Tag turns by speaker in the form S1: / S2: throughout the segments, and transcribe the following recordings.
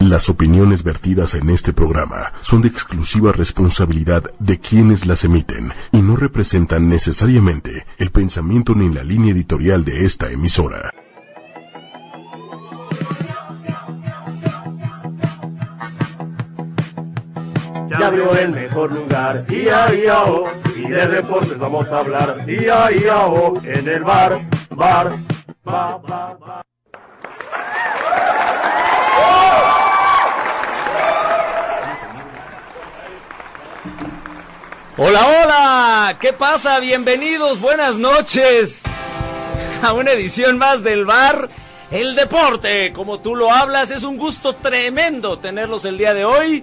S1: Las opiniones vertidas en este programa son de exclusiva responsabilidad de quienes las emiten y no representan necesariamente el pensamiento ni la línea editorial de esta emisora.
S2: Ya abrió el mejor lugar, ia ia oh, y de deportes vamos a hablar, ia ia oh, en el bar, bar, bar, bar, bar.
S3: Hola, hola, ¿qué pasa? Bienvenidos, buenas noches a una edición más del bar. El deporte, como tú lo hablas, es un gusto tremendo tenerlos el día de hoy.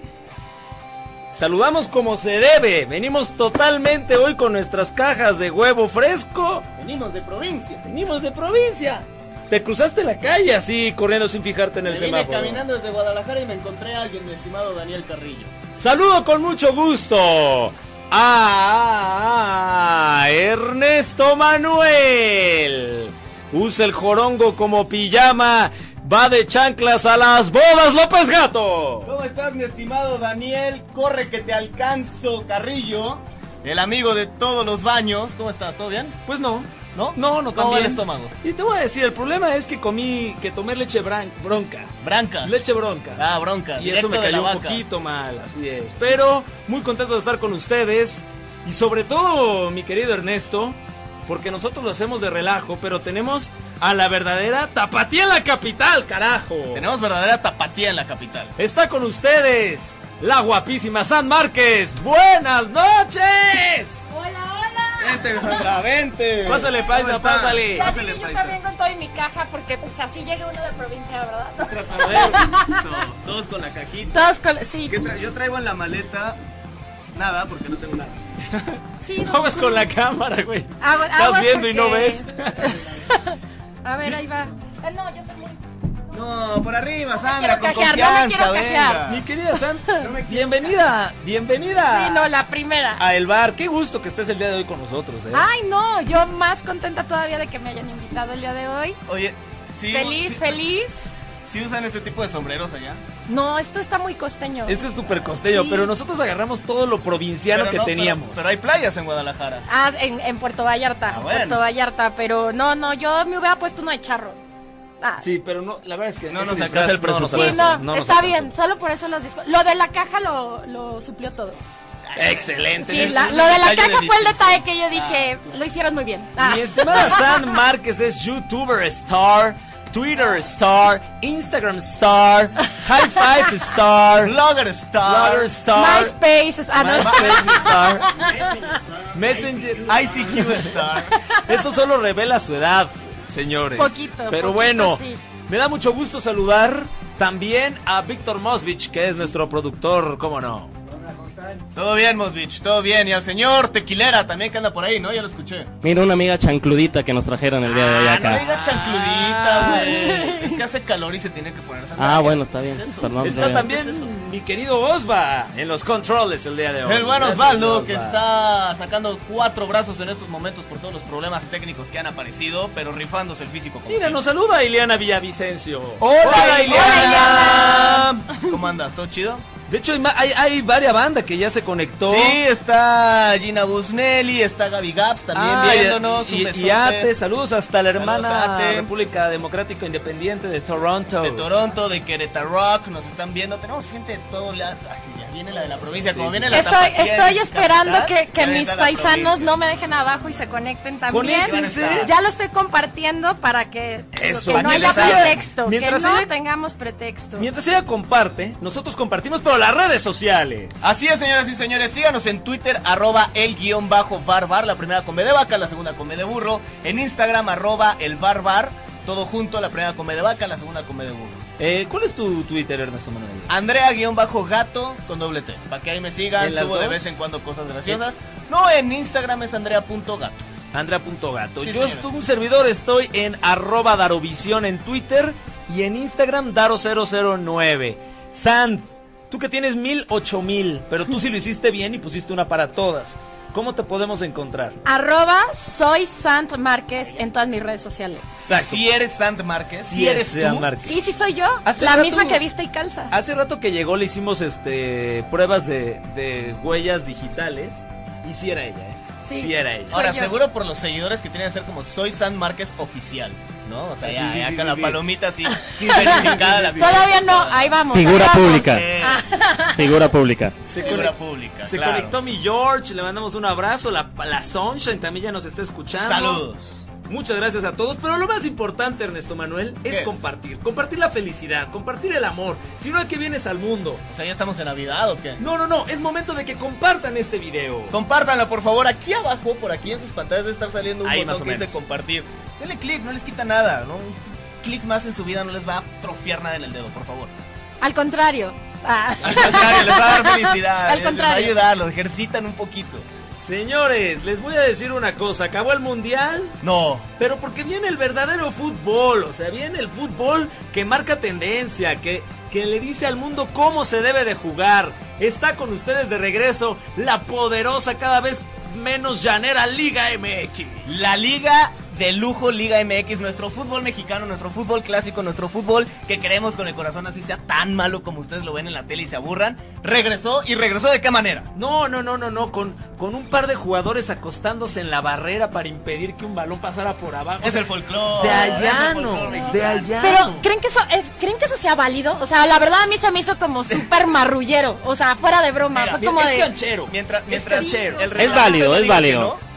S3: Saludamos como se debe, venimos totalmente hoy con nuestras cajas de huevo fresco.
S4: Venimos de provincia.
S3: Venimos de provincia. Te cruzaste la calle así, corriendo sin fijarte en el
S4: Me vine
S3: semáforo.
S4: caminando desde Guadalajara y me encontré a alguien, mi estimado Daniel Carrillo.
S3: Saludo con mucho gusto a Ernesto Manuel. Usa el jorongo como pijama. Va de chanclas a las bodas, López Gato.
S4: ¿Cómo estás, mi estimado Daniel? Corre que te alcanzo, Carrillo. El amigo de todos los baños. ¿Cómo estás? ¿Todo bien?
S3: Pues no.
S4: ¿No?
S3: No, no,
S4: ¿Cómo va
S3: también.
S4: el estómago?
S3: Y te voy a decir, el problema es que comí, que tomé leche bran- bronca.
S4: Branca.
S3: Leche bronca.
S4: Ah, bronca.
S3: Y eso
S4: directo
S3: me
S4: de la
S3: cayó un
S4: vaca.
S3: poquito mal, así es. Pero muy contento de estar con ustedes. Y sobre todo, mi querido Ernesto, porque nosotros lo hacemos de relajo, pero tenemos a la verdadera tapatía en la capital, carajo.
S4: Tenemos verdadera tapatía en la capital.
S3: Está con ustedes la guapísima San Márquez. ¡Buenas noches!
S5: Hola,
S4: Vente, Sandra, vente.
S3: Pásale, paisa,
S4: ¿Cómo estás?
S3: pásale.
S5: hola. Ya sé que yo también con todo en mi caja porque pues así llega uno de provincia, ¿verdad?
S4: Eso, Todos con la cajita.
S5: Todos con... Sí,
S4: ¿Qué tra- Yo traigo en la maleta nada porque no tengo nada.
S5: sí.
S3: Vamos
S5: sí.
S3: con la cámara, güey.
S5: Ah, bueno,
S3: Estás
S5: aguas
S3: viendo y no
S5: porque-
S3: ves.
S5: A ver, ahí va. Ah, no, yo soy muy...
S4: No, por arriba,
S5: Sandra, quiero con cajear, no me quiero confianza, cajear.
S3: Mi querida San, bienvenida, bienvenida.
S5: Sí, no, la primera.
S3: A El Bar, qué gusto que estés el día de hoy con nosotros, eh.
S5: Ay, no, yo más contenta todavía de que me hayan invitado el día de hoy.
S4: Oye, sí,
S5: Feliz,
S4: sí-
S5: feliz.
S4: sí usan este tipo de sombreros allá.
S5: No, esto está muy costeño.
S3: Eso es súper costeño,
S5: Sí.
S3: pero nosotros agarramos todo lo provinciano
S4: Pero
S3: que
S4: no, pero-
S3: teníamos.
S4: Pero, hay playas en Guadalajara.
S5: Ah, en, en Puerto Vallarta.
S4: Ah, bueno.
S5: Puerto Vallarta, pero no, no, yo me hubiera puesto uno de charro. Ah,
S3: Sí, pero no, la verdad es que
S4: No
S3: ese
S4: nos
S3: disfraz
S4: alcanza el
S3: no nos
S4: presupuesto.
S5: Sí,
S3: alcanza,
S5: no,
S3: no nos
S5: está
S3: alcanza.
S5: bien, solo por eso los discos. Lo de la caja lo, lo suplió todo.
S3: Excelente.
S5: Sí,
S4: el-
S5: la-
S4: el
S5: lo de la
S4: detalle de
S5: caja fue el
S4: distinción.
S5: detalle que yo dije, lo hicieron muy bien. Ah,
S3: Ah, Mi estimada San Márquez es YouTuber Star, Twitter Star, Instagram Star, High Five Star,
S4: Blogger Star.
S3: Blogger Star,
S5: MySpace, ah, no,
S4: MySpace Star.
S3: Messenger.
S4: ICQ Star.
S3: Eso solo revela su edad, señores.
S5: Poquito,
S3: Pero
S5: poquito,
S3: bueno,
S5: sí.
S3: me da mucho gusto saludar también a Víctor Mosvich, que es nuestro productor, ¿cómo no?
S4: Todo bien, Mosvich, todo bien. Y al señor Tequilera también que anda por ahí, ¿no? Ya lo escuché.
S6: Mira una amiga chancludita que nos trajeron el día de hoy
S4: Ah, no
S6: acá.
S4: digas
S5: Ah.
S4: chancludita, güey. Es que hace calor y se tiene que poner sandalias.
S6: Ah, bueno, está bien.
S4: ¿Qué es eso?
S6: Perdón,
S3: Está
S6: no,
S3: también
S4: ¿qué es eso?
S3: mi querido Osva en los controles el día de hoy.
S4: El buen
S3: Gracias,
S4: Osvaldo, que
S3: Osva.
S4: está sacando cuatro brazos en estos momentos por todos los problemas técnicos que han aparecido, pero rifándose el físico. Como
S3: Mira,
S4: siempre.
S3: nos saluda Ileana Villavicencio.
S4: ¡Hola,
S3: Ileana!
S4: ¿Cómo andas? ¿Todo chido?
S3: De hecho, hay, ma- hay, hay varias bandas que ya se conectó.
S4: Sí, está Gina Busnelli, está Gaby Gaps también
S3: Ah, y-
S4: viéndonos.
S3: y,
S4: un
S3: y
S4: besote.
S3: Ate, saludos hasta la
S4: Saludos,
S3: hermana
S4: Ate.
S3: República Democrática Independiente de Toronto.
S4: De Toronto, de Querétaro Rock, nos están viendo. Tenemos gente de todo lado. Así ya viene la de la provincia,
S3: Sí,
S4: como
S3: sí.
S4: viene la
S5: estoy,
S4: tapatía y
S5: estoy
S4: la
S5: esperando
S4: capital,
S5: que, que
S4: ya viene
S5: mis
S4: la
S5: paisanos
S4: provincia.
S5: no me dejen abajo y se conecten también.
S3: Conéctense.
S5: Ya lo estoy compartiendo para que,
S3: Eso,
S5: que no haya
S3: mientras haya-
S5: pretexto, que
S3: mientras
S5: no
S3: haya-
S5: tengamos pretexto.
S3: Mientras ella comparte, nosotros compartimos por las redes sociales.
S4: Así es, señoras y señores, síganos en Twitter, arroba el guión bajo barbar, la primera come de vaca, la segunda come de burro, en Instagram, arroba el barbar, todo junto, la primera come de vaca, la segunda come de burro.
S3: Eh, ¿Cuál es tu Twitter, Ernesto Manuel?
S4: Andrea guión bajo gato con doble T, para que ahí me sigan,
S3: ¿En las
S4: subo de
S3: dos?
S4: vez en cuando cosas graciosas. No, en Instagram es andrea.gato.
S3: Andrea.gato.
S4: Sí,
S3: Yo
S4: señores.
S3: estoy un servidor, estoy en arroba darovisión en Twitter y en Instagram daro009. Sand, tú que tienes mil, ocho mil, pero tú sí lo hiciste bien y pusiste una para todas. ¿Cómo te podemos encontrar?
S5: Arroba soy Sant Márquez en todas mis redes sociales.
S3: Exacto.
S4: Si eres Sant Márquez, si
S3: Sí,
S4: eres
S3: Sean
S4: tú.
S3: Márquez.
S5: Sí, sí soy yo.
S3: Hace
S5: La
S3: rato-
S5: misma que viste y calza.
S3: Hace rato que llegó le hicimos este pruebas de, de huellas digitales. Y si era ella, ¿eh?
S5: Sí.
S3: era ella.
S5: Soy
S4: Ahora,
S5: yo.
S4: seguro por los seguidores que tienen que ser como soy San Márquez oficial, ¿no? O sea,
S3: Sí,
S4: ya,
S3: sí,
S4: ya
S3: sí,
S4: con
S3: sí,
S4: la
S3: sí.
S4: palomita así, verificada la
S5: Todavía no, Ah. ahí vamos.
S6: Figura
S5: ahí vamos.
S6: pública. Figura pública.
S3: Se,
S4: Se
S3: conec-
S4: Figura pública.
S3: se
S4: claro.
S3: conectó mi George, le mandamos un abrazo. La, la Sunshine también ya nos está escuchando.
S4: Saludos.
S3: Muchas gracias a todos, pero lo más importante, Ernesto Manuel,
S4: ¿Qué
S3: es,
S4: es?
S3: compartir. Compartir la felicidad, compartir el amor. Si no, ¿a qué vienes al mundo?
S4: O sea, ¿ya estamos en Navidad o qué?
S3: No, no, no, es momento de que compartan este video.
S4: Compártanlo, por favor, aquí abajo, por aquí en sus pantallas debe estar saliendo un
S3: Ahí, más
S4: botón
S3: o
S4: que dice
S3: menos.
S4: compartir. Denle clic, no les quita nada, ¿no? Un clic más en su vida no les va a atrofiar nada en el dedo, por favor.
S5: Al contrario. Ah.
S4: Al contrario, les va a dar felicidad.
S5: Al
S4: les
S5: contrario.
S4: va a ayudar, los ejercitan un poquito.
S3: Señores, les voy a decir una cosa, acabó el mundial,
S4: No,
S3: pero porque viene el verdadero fútbol, o sea, viene el fútbol que marca tendencia, que, que le dice al mundo cómo se debe de jugar. Está con ustedes de regreso la poderosa cada vez menos llanera Liga MX.
S4: La liga de lujo, Liga MX, nuestro fútbol mexicano, nuestro fútbol clásico, nuestro fútbol que queremos con el corazón así sea tan malo como ustedes lo ven en la tele y se aburran, regresó y regresó de qué manera.
S3: No, no, no, no, no, con, con un par de jugadores acostándose en la barrera para impedir que un balón pasara por abajo.
S4: Es el folclore.
S3: de
S4: es el
S3: allano,
S4: folclore mexicano.
S3: de allano.
S5: Pero, ¿creen que, eso, es- ¿creen que eso sea válido? O sea, la verdad a mí se me hizo como súper marrullero. O sea, fuera de broma.
S4: Mira,
S5: fue como
S3: es
S5: de.
S3: canchero.
S4: Mientras,
S3: Es
S4: mientras
S3: canchero.
S4: el
S5: Es
S4: reglamento
S6: válido,
S4: no
S6: es
S4: diga que
S6: válido.
S4: no,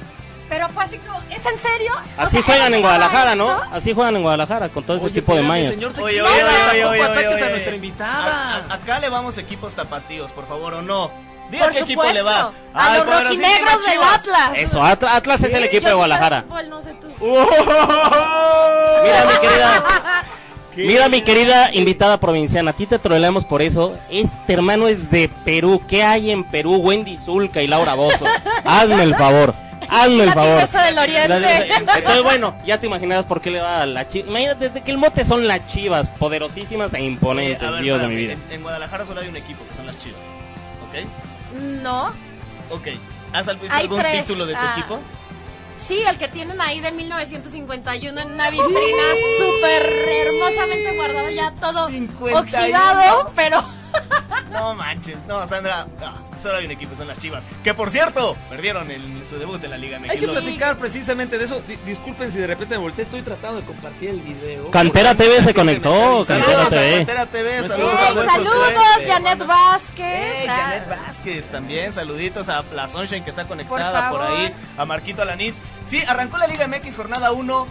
S5: Pero fue así como, ¿es en serio? O
S6: Así
S5: sea, ¿era
S6: juegan en
S5: así
S6: Guadalajara, ¿no?
S5: como esto?
S6: Así juegan en Guadalajara con todo ese
S3: Oye,
S6: tipo de
S3: espérame,
S6: mañas.
S3: Señor,
S4: Oye,
S3: tequila,
S4: oye,
S3: tampoco
S4: oye, oye,
S3: ataques
S4: oye,
S3: a
S4: oye.
S3: nuestra invitada.
S4: A- a- acá le vamos equipos tapatíos, por favor, o no. Diga
S5: Por
S4: qué equipo
S5: supuesto.
S4: le vas.
S5: A
S4: Al
S5: los
S4: poderosísimo
S5: rojinegros del
S4: Chivas.
S5: Atlas.
S6: Eso, Atla- Atlas, es el
S5: Sí,
S6: equipo
S5: yo
S6: de
S5: sí
S6: Guadalajara.
S5: sé fútbol, no sé tú.
S6: Mira, mi querida. Mira, mi querida invitada provinciana, a ti te troleamos por eso. Este hermano es de Perú. ¿Qué hay en Perú? Wendy Zulka y Laura Bozo. Hazme el favor. Hazme el
S5: La
S6: favor.
S5: tigresa del Oriente.
S6: Entonces, bueno, ya te imaginarás por qué le va a la chivas. Imagínate de que el mote son las chivas, poderosísimas e
S4: Oye,
S6: imponentes,
S4: Eh, a ver,
S6: Dios de mi
S4: espérame,
S6: vida.
S4: En, en Guadalajara solo hay un equipo, que son las Chivas. ¿Ok?
S5: No.
S4: Ok. ¿Has al- visto
S5: Hay
S4: algún
S5: tres,
S4: título de tu
S5: ah.
S4: equipo?
S5: Sí, el que tienen ahí de 1951 en una vitrina súper hermosamente guardado ya todo
S4: 51.
S5: oxidado, pero
S4: No manches, no, Sandra. no, solo hay un equipo, son las Chivas. Que por cierto, perdieron el, su debut en la Liga MX.
S3: Hay que
S4: Los-
S3: platicar precisamente de eso. Di- disculpen si de repente me volteé, estoy tratando de compartir el video.
S6: Cantera TV se conectó, Cantera
S4: Saludos a
S6: TV.
S4: Pantera TV,
S3: Nuestro
S4: saludos
S5: Ey,
S4: a
S3: Saludos,
S4: nuestros
S5: saludos,
S4: suertes.
S5: Janet Vázquez.
S4: Ey,
S5: Ah,
S4: Janet Vázquez también, saluditos a la Sunshine que está conectada
S5: Por
S4: por,
S5: favor.
S4: ahí, a Marquito Alanís. Sí, arrancó la Liga MX jornada 1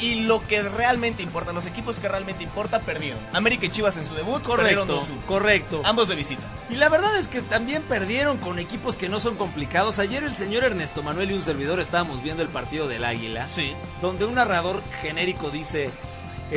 S4: y lo que realmente importa, los equipos que realmente importa perdieron. América y Chivas en su debut, perdieron
S3: Correcto,
S4: 2-1.
S3: correcto.
S4: Ambos de visita.
S3: Y la verdad es que también perdieron con equipos que no son complicados. Ayer el señor Ernesto Manuel y un servidor estábamos viendo el partido del Águila,
S4: Sí.
S3: donde un narrador genérico dice,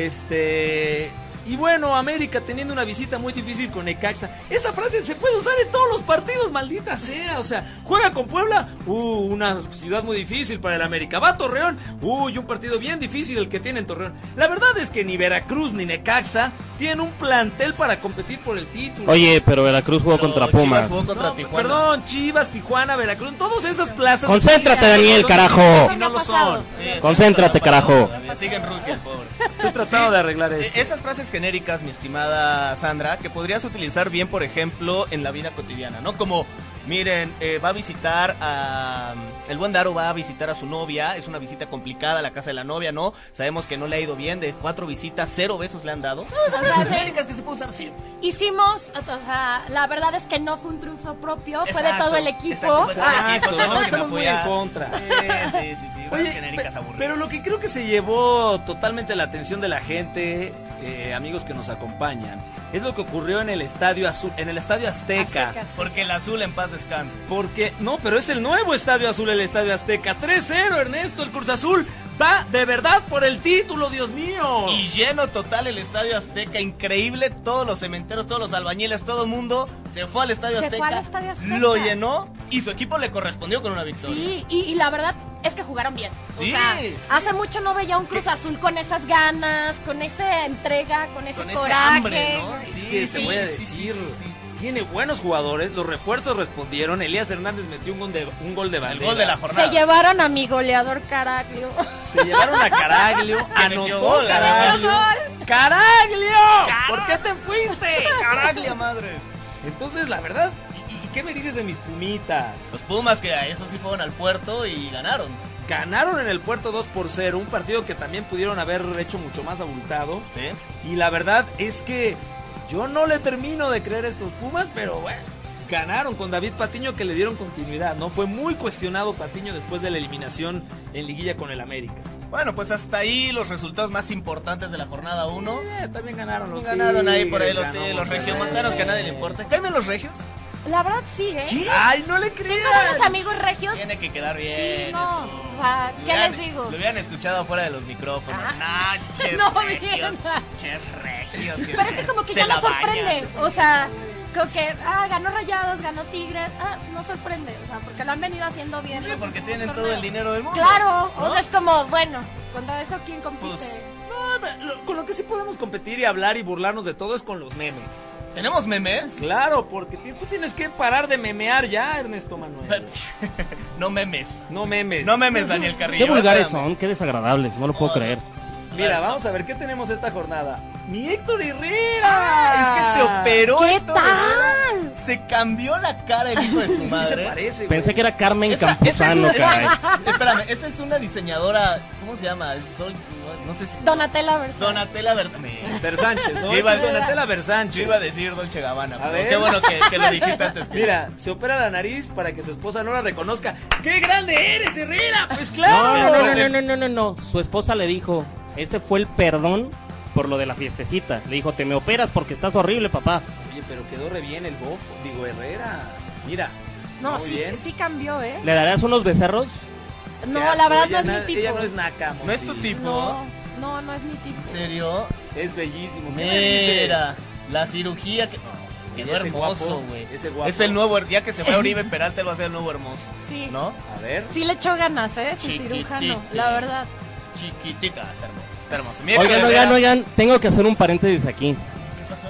S3: este... Y bueno, América teniendo una visita muy difícil con Necaxa. Esa frase se puede usar en todos los partidos, maldita sea. O sea, juega con Puebla, uh, una ciudad muy difícil para el América. Va a Torreón, uy, un partido bien difícil el que tiene en Torreón. La verdad es que ni Veracruz ni Necaxa tienen un plantel para competir por el título.
S6: Oye, pero Veracruz jugó
S4: Pero
S6: contra
S4: Chivas
S6: Pumas.
S4: jugó contra Tijuana.
S3: Perdón, Chivas, Tijuana, Veracruz, en todas esas plazas.
S6: Concéntrate,
S3: Sí,
S6: Daniel,
S3: son-
S6: carajo.
S3: Si no lo
S5: Pasado.
S3: son.
S4: Sí, exacto,
S6: Concéntrate,
S4: no pasó
S6: carajo.
S4: todavía, Sigue en Rusia, el pobre.
S3: Estoy tratando
S4: Sí.
S3: de arreglar
S4: Eh,
S3: eso.
S4: Esas frases genéricas, mi estimada Sandra, que podrías utilizar bien, por ejemplo, en la vida cotidiana, ¿no? Como, miren, eh, va a visitar a... El buen Daro va a visitar a su novia, es una visita complicada a la casa de la novia, ¿no? Sabemos que no le ha ido bien, de cuatro visitas, cero besos le han dado. Son esas
S5: O sea,
S4: frases
S5: sí.
S4: genéricas que se pueden usar siempre.
S5: Hicimos, o sea, la verdad es que no fue un triunfo propio, fue de
S4: Exacto,
S5: todo el equipo.
S4: exacto, fue de todo el equipo,
S5: Ah,
S3: Exacto,
S4: pues, todos
S3: no,
S4: los que
S3: estamos
S4: me
S3: muy en
S4: apoyaron.
S3: contra.
S4: Sí, sí, sí, sí, frases genéricas
S3: pe-
S4: aburridas.
S3: pero lo que creo que se llevó totalmente la atención de la gente, eh, amigos que nos acompañan, es lo que ocurrió en el Estadio Azul, en el Estadio Azteca.
S5: Aztecas.
S4: Porque el azul en paz descanse.
S3: Porque, no, pero es el nuevo Estadio Azul, el Estadio Azteca. 3-0, Ernesto, el Cruz Azul va de verdad por el título, Dios mío.
S4: Y lleno total el Estadio Azteca, increíble, todos los cementeros, todos los albañiles, todo el mundo se fue al Estadio
S5: Se fue
S4: Azteca.
S5: al Estadio Azteca.
S4: Lo llenó y su equipo le correspondió con una victoria.
S5: Sí, y, y la verdad es que jugaron bien. O
S4: Sí,
S5: sea,
S4: sí.
S5: hace mucho no veía un Cruz Azul con esas ganas, con esa entrega, con ese
S4: Con ese
S5: coraje.
S4: hambre, ¿no?
S3: Es que te voy a decir. tiene buenos jugadores, los refuerzos respondieron, Elías Hernández metió un gol de, un gol de
S4: El
S3: bandera.
S4: gol de la
S5: Se
S4: jornada.
S5: llevaron a mi goleador Caraglio.
S3: Se llevaron a Caraglio,
S4: metió
S3: anotó
S4: gol,
S3: Caraglio. ¡Caraglio! ¿Por qué te fuiste?
S4: Caraglia, madre.
S3: Entonces, la verdad, ¿y, y qué me dices de mis pumitas?
S4: Los Pumas que a eso sí fueron al puerto y ganaron.
S3: Ganaron en el puerto 2 por 0, un partido que también pudieron haber hecho mucho más abultado.
S4: ¿Sí?
S3: Y la verdad es que yo no le termino de creer a estos Pumas, pero bueno, ganaron con David Patiño que le dieron continuidad, ¿no? Fue muy cuestionado Patiño después de la eliminación en liguilla con el América.
S4: Bueno, pues hasta ahí los resultados más importantes de la jornada 1.
S3: Eh, también ganaron los
S4: Ganaron ahí por ahí los,
S3: Tigres, ganó
S4: sí, los
S3: Monterrey.
S4: regiomontanos que a nadie le importa. ¿Cambian los regios?
S5: La verdad sí, ¿eh?
S3: ¿Qué? ¡Ay, no le
S5: Tengo
S3: creas!
S5: unos amigos regios.
S4: Tiene que quedar bien.
S5: Sí, no.
S4: eso.
S5: O sea, ¿qué
S4: hubieran-
S5: les digo?
S4: Lo hubieran escuchado afuera de los micrófonos. No, ches
S5: No,
S4: regios.
S5: bien.
S4: Ches regios.
S5: Pero es que como que
S4: Se
S5: ya
S4: la
S5: no sorprende.
S4: bañan.
S5: O sea, como que, ah, ganó Rayados, ganó Tigres. Ah, no sorprende. O sea, porque lo han venido haciendo bien.
S4: Sí,
S5: los
S4: porque
S5: últimos
S4: tienen todo
S5: torneos.
S4: el dinero del mundo.
S5: Claro.
S4: ¿no?
S5: O sea, es como, bueno, contra eso, ¿quién compite?
S4: Pues,
S3: Lo- Con lo que sí podemos competir y hablar y burlarnos de todo es con los memes.
S4: ¿Tenemos memes?
S3: Claro, porque ti- tú tienes que parar de memear ya, Ernesto Manuel.
S4: no memes.
S3: No memes.
S4: No memes, Daniel Carrillo.
S6: Qué vulgares
S4: espérame.
S6: son, qué desagradables, no lo puedo creer.
S3: Mira, vamos a ver qué tenemos esta jornada. ¡Mi Héctor Herrera!
S4: Ah, es que se operó.
S5: ¿Qué
S4: Héctor Herrera.
S5: tal?
S4: Se cambió la cara el hijo de su
S3: Sí se
S4: madre.
S3: parece, güey.
S6: Pensé que era Carmen
S4: Esa-
S6: Campuzano,
S4: esa es una-
S6: caray.
S4: esa es- espérame, esa es una diseñadora. ¿Cómo se llama? Es Dol- no, no sé si.
S5: Donatella versión.
S4: Donatella Versace.
S3: Versánchez, ¿no?
S4: Yo iba-
S3: Es Donatella
S4: Yo
S3: Versánchez.
S4: iba a decir Dolce Gabbana,
S3: A
S4: pero
S3: ver.
S4: qué bueno que, que lo dijiste antes. que-
S3: Mira, se opera la nariz para que su esposa no la reconozca. ¡Qué grande eres, Herrera! Pues
S6: No, no,
S3: claro.
S6: no, no, no, no, no, no. Su esposa le dijo, ese fue el perdón por lo de la fiestecita. Le dijo, te me operas porque estás horrible, papá.
S3: Oye, pero quedó re bien el bofo. Digo, Herrera. Mira.
S5: No,
S3: muy
S5: sí,
S3: bien.
S5: sí cambió, ¿eh?
S6: ¿Le darás unos becerros?
S5: No,
S3: Qué asco,
S5: la verdad
S3: ella
S5: no es mi tipo.
S3: Ella no es naca,
S4: ¿No es tu
S3: Monsi.
S4: tipo?
S5: No, no, no es mi tipo.
S4: ¿En serio?
S3: Es bellísimo. ¿Qué me dices?
S4: Mira, la cirugía que. No, es que
S3: Mira
S4: no
S3: ese
S4: hermoso,
S3: guapo,
S4: güey.
S3: ese guapo.
S4: Es el nuevo, her- ya que se fue Oribe Peralta, él va a ser el nuevo hermoso.
S5: Sí.
S4: ¿No?
S3: A ver.
S5: Sí le echó ganas, ¿eh? Su cirujano,
S4: Chiquitito.
S5: la verdad.
S4: Chiquitita, ah, está hermoso. Está hermoso. Mira,
S6: Oigan,
S4: Herrera.
S6: oigan, oigan, tengo que hacer un paréntesis aquí.
S4: ¿Qué pasó?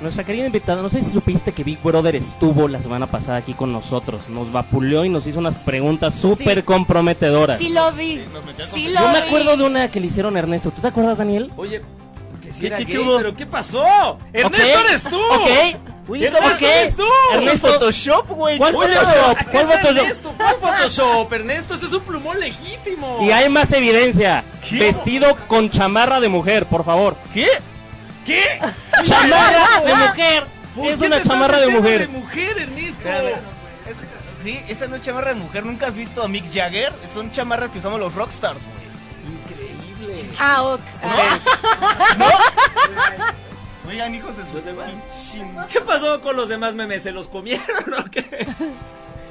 S6: Nuestra querida invitada, no sé si supiste que Big Brother estuvo la semana pasada aquí con nosotros. Nos vapuleó y nos hizo unas preguntas súper comprometedoras.
S5: Sí lo vi.
S4: Sí, nos metió a
S5: Sí
S4: confesión.
S5: lo
S6: Yo me
S5: vi.
S6: acuerdo de una que le hicieron a Ernesto. ¿Tú te acuerdas, Daniel?
S3: Oye, que si
S4: ¿Qué-
S3: era
S4: qué- qué
S3: gay,
S4: hubo?
S3: pero ¿qué pasó? ¡Ernesto
S6: Ok,
S3: eres tú!
S6: Ok. Uy,
S3: Ernesto
S6: ok.
S3: eres tú.
S4: Ernesto
S6: Ernesto,
S4: Photoshop, güey.
S6: ¿Cuál
S4: Oye,
S6: Photoshop?
S3: Acá
S6: ¿Cuál
S3: está
S6: Photoshop?
S3: Ernesto, ¿Cuál Photoshop? Ernesto, ese es un plumón legítimo.
S6: Y hay más evidencia. Vestido con chamarra de mujer, por favor.
S4: ¿Qué?
S3: ¿Qué?
S6: ¡Chamarra de mujer!
S3: ¿Por
S6: Es
S3: qué
S6: una
S3: te
S6: chamarra
S3: estás
S6: de
S3: metiendo
S6: mujer.
S3: De mujer, Ernesto.
S4: Espérame. Es- Sí, esa no es chamarra de mujer. ¿Nunca has visto a Mick Jagger? Son chamarras que usamos los rockstars, güey.
S3: Increíble.
S5: Ah, ok. Ah,
S4: Oigan, hijos de su
S3: Los demás.
S4: pinche madre.
S3: ¿Qué pasó con los demás memes? ¿Se los comieron o qué?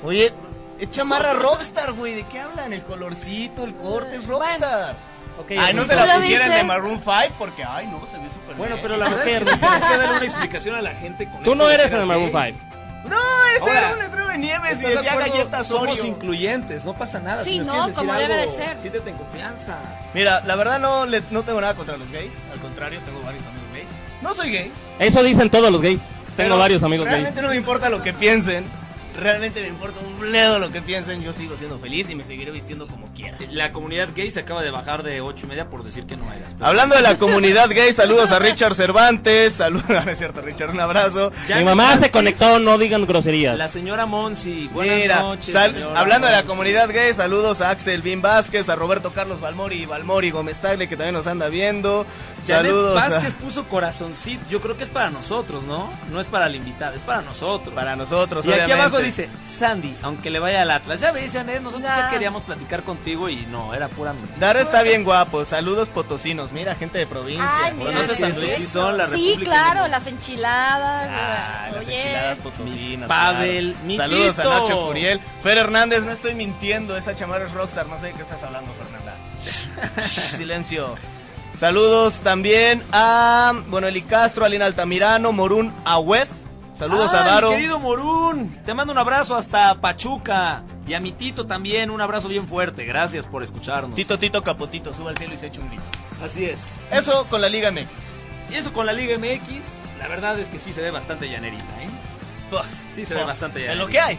S4: Oye, es chamarra rockstar, güey. ¿De qué hablan? El colorcito, el corte, es rockstar.
S6: Ok,
S4: Ay, no
S6: Ernesto.
S4: se la
S5: ¿Lo
S4: pusieran
S5: dices?
S4: de Maroon 5 porque, ay, no, se ve súper
S3: Bueno,
S4: bien.
S3: pero la verdad es que sí tienes que darle una explicación a la gente con
S6: Tú
S3: esto
S6: no
S3: de
S6: eres
S3: que
S6: el Maroon
S3: gay.
S6: 5.
S4: No, ese
S3: Ahora,
S4: era un letrero de nieves y
S3: ¿Estás de
S4: decía
S3: acuerdo?
S4: galletas
S3: Somos
S4: Oreo.
S3: incluyentes, no pasa nada.
S5: Sí,
S3: si nos
S5: no,
S3: quieres decir
S5: como debe
S3: algo,
S5: de ser.
S3: Siéntete en confianza.
S4: Mira, la verdad no, le- no tengo nada contra los gays. Al contrario, tengo varios amigos gays. No soy gay.
S6: Eso dicen todos los gays. Tengo
S4: pero
S6: varios amigos gays.
S4: Realmente no me importa lo que piensen. Realmente me importa un bledo lo que piensen. Yo sigo siendo feliz y me seguiré vistiendo como quiera.
S3: La comunidad gay se acaba de bajar de ocho y media por decir que no eras. pero-
S4: Hablando de la comunidad gay, saludos a Richard Cervantes. Saludos, no es cierto, Richard, un abrazo.
S3: Ya
S6: Mi
S3: no
S6: mamá
S3: estás-
S6: se conectó, no digan groserías.
S3: La señora Monsi, buenas
S4: Mira,
S3: noches.
S4: sal-
S3: señora
S4: hablando de la
S3: Monsi.
S4: comunidad gay, saludos a Axel Bin Vázquez, a Roberto Carlos Balmori y Balmori Gómez Tagle, que también nos anda viendo.
S3: Janet
S4: saludos a-
S3: Vázquez puso corazoncito. Yo creo que es para nosotros, ¿no? No es para la invitada, es para nosotros.
S4: para nosotros,
S3: y aquí
S4: obviamente.
S3: abajo dice, Sandy, aunque le vaya al Atlas. Ya ves, Janet, nosotros ya
S5: Nah.
S3: queríamos platicar contigo y no, era pura mentira.
S4: Daro está bien guapo, saludos potosinos. Mira, gente de provincia.
S5: Ay, mira,
S3: ¿Conoces a
S5: ¿qué es
S3: Luis
S5: eso?
S3: Sison, la
S5: Sí,
S3: República
S5: claro,
S3: de-
S5: las enchiladas.
S4: Ah,
S5: güey.
S4: las
S5: Oye.
S4: enchiladas potosinas.
S3: Pavel,
S4: claro.
S3: mi
S4: Saludos
S3: Tito.
S4: a Nacho Curiel. Fer Hernández, no estoy mintiendo, esa chamarra es rockstar, no sé de qué estás hablando, Fernanda. Silencio. Saludos también a, bueno, Eli Castro, Alina Altamirano, Morún Agüez. Saludos
S3: Ah,
S4: a
S3: mi
S4: Daro.
S3: querido Morún, te mando un abrazo hasta Pachuca. Y a mi Tito también, un abrazo bien fuerte. Gracias por escucharnos.
S4: Tito, Tito, Capotito, suba al cielo y se echa un grito.
S3: Así es.
S4: Eso con la Liga MX.
S3: Y eso con la Liga MX, la verdad es que sí se ve bastante llanerita, ¿eh? Pues, sí, se ve
S4: Pues,
S3: bastante ya.
S4: En lo que hay.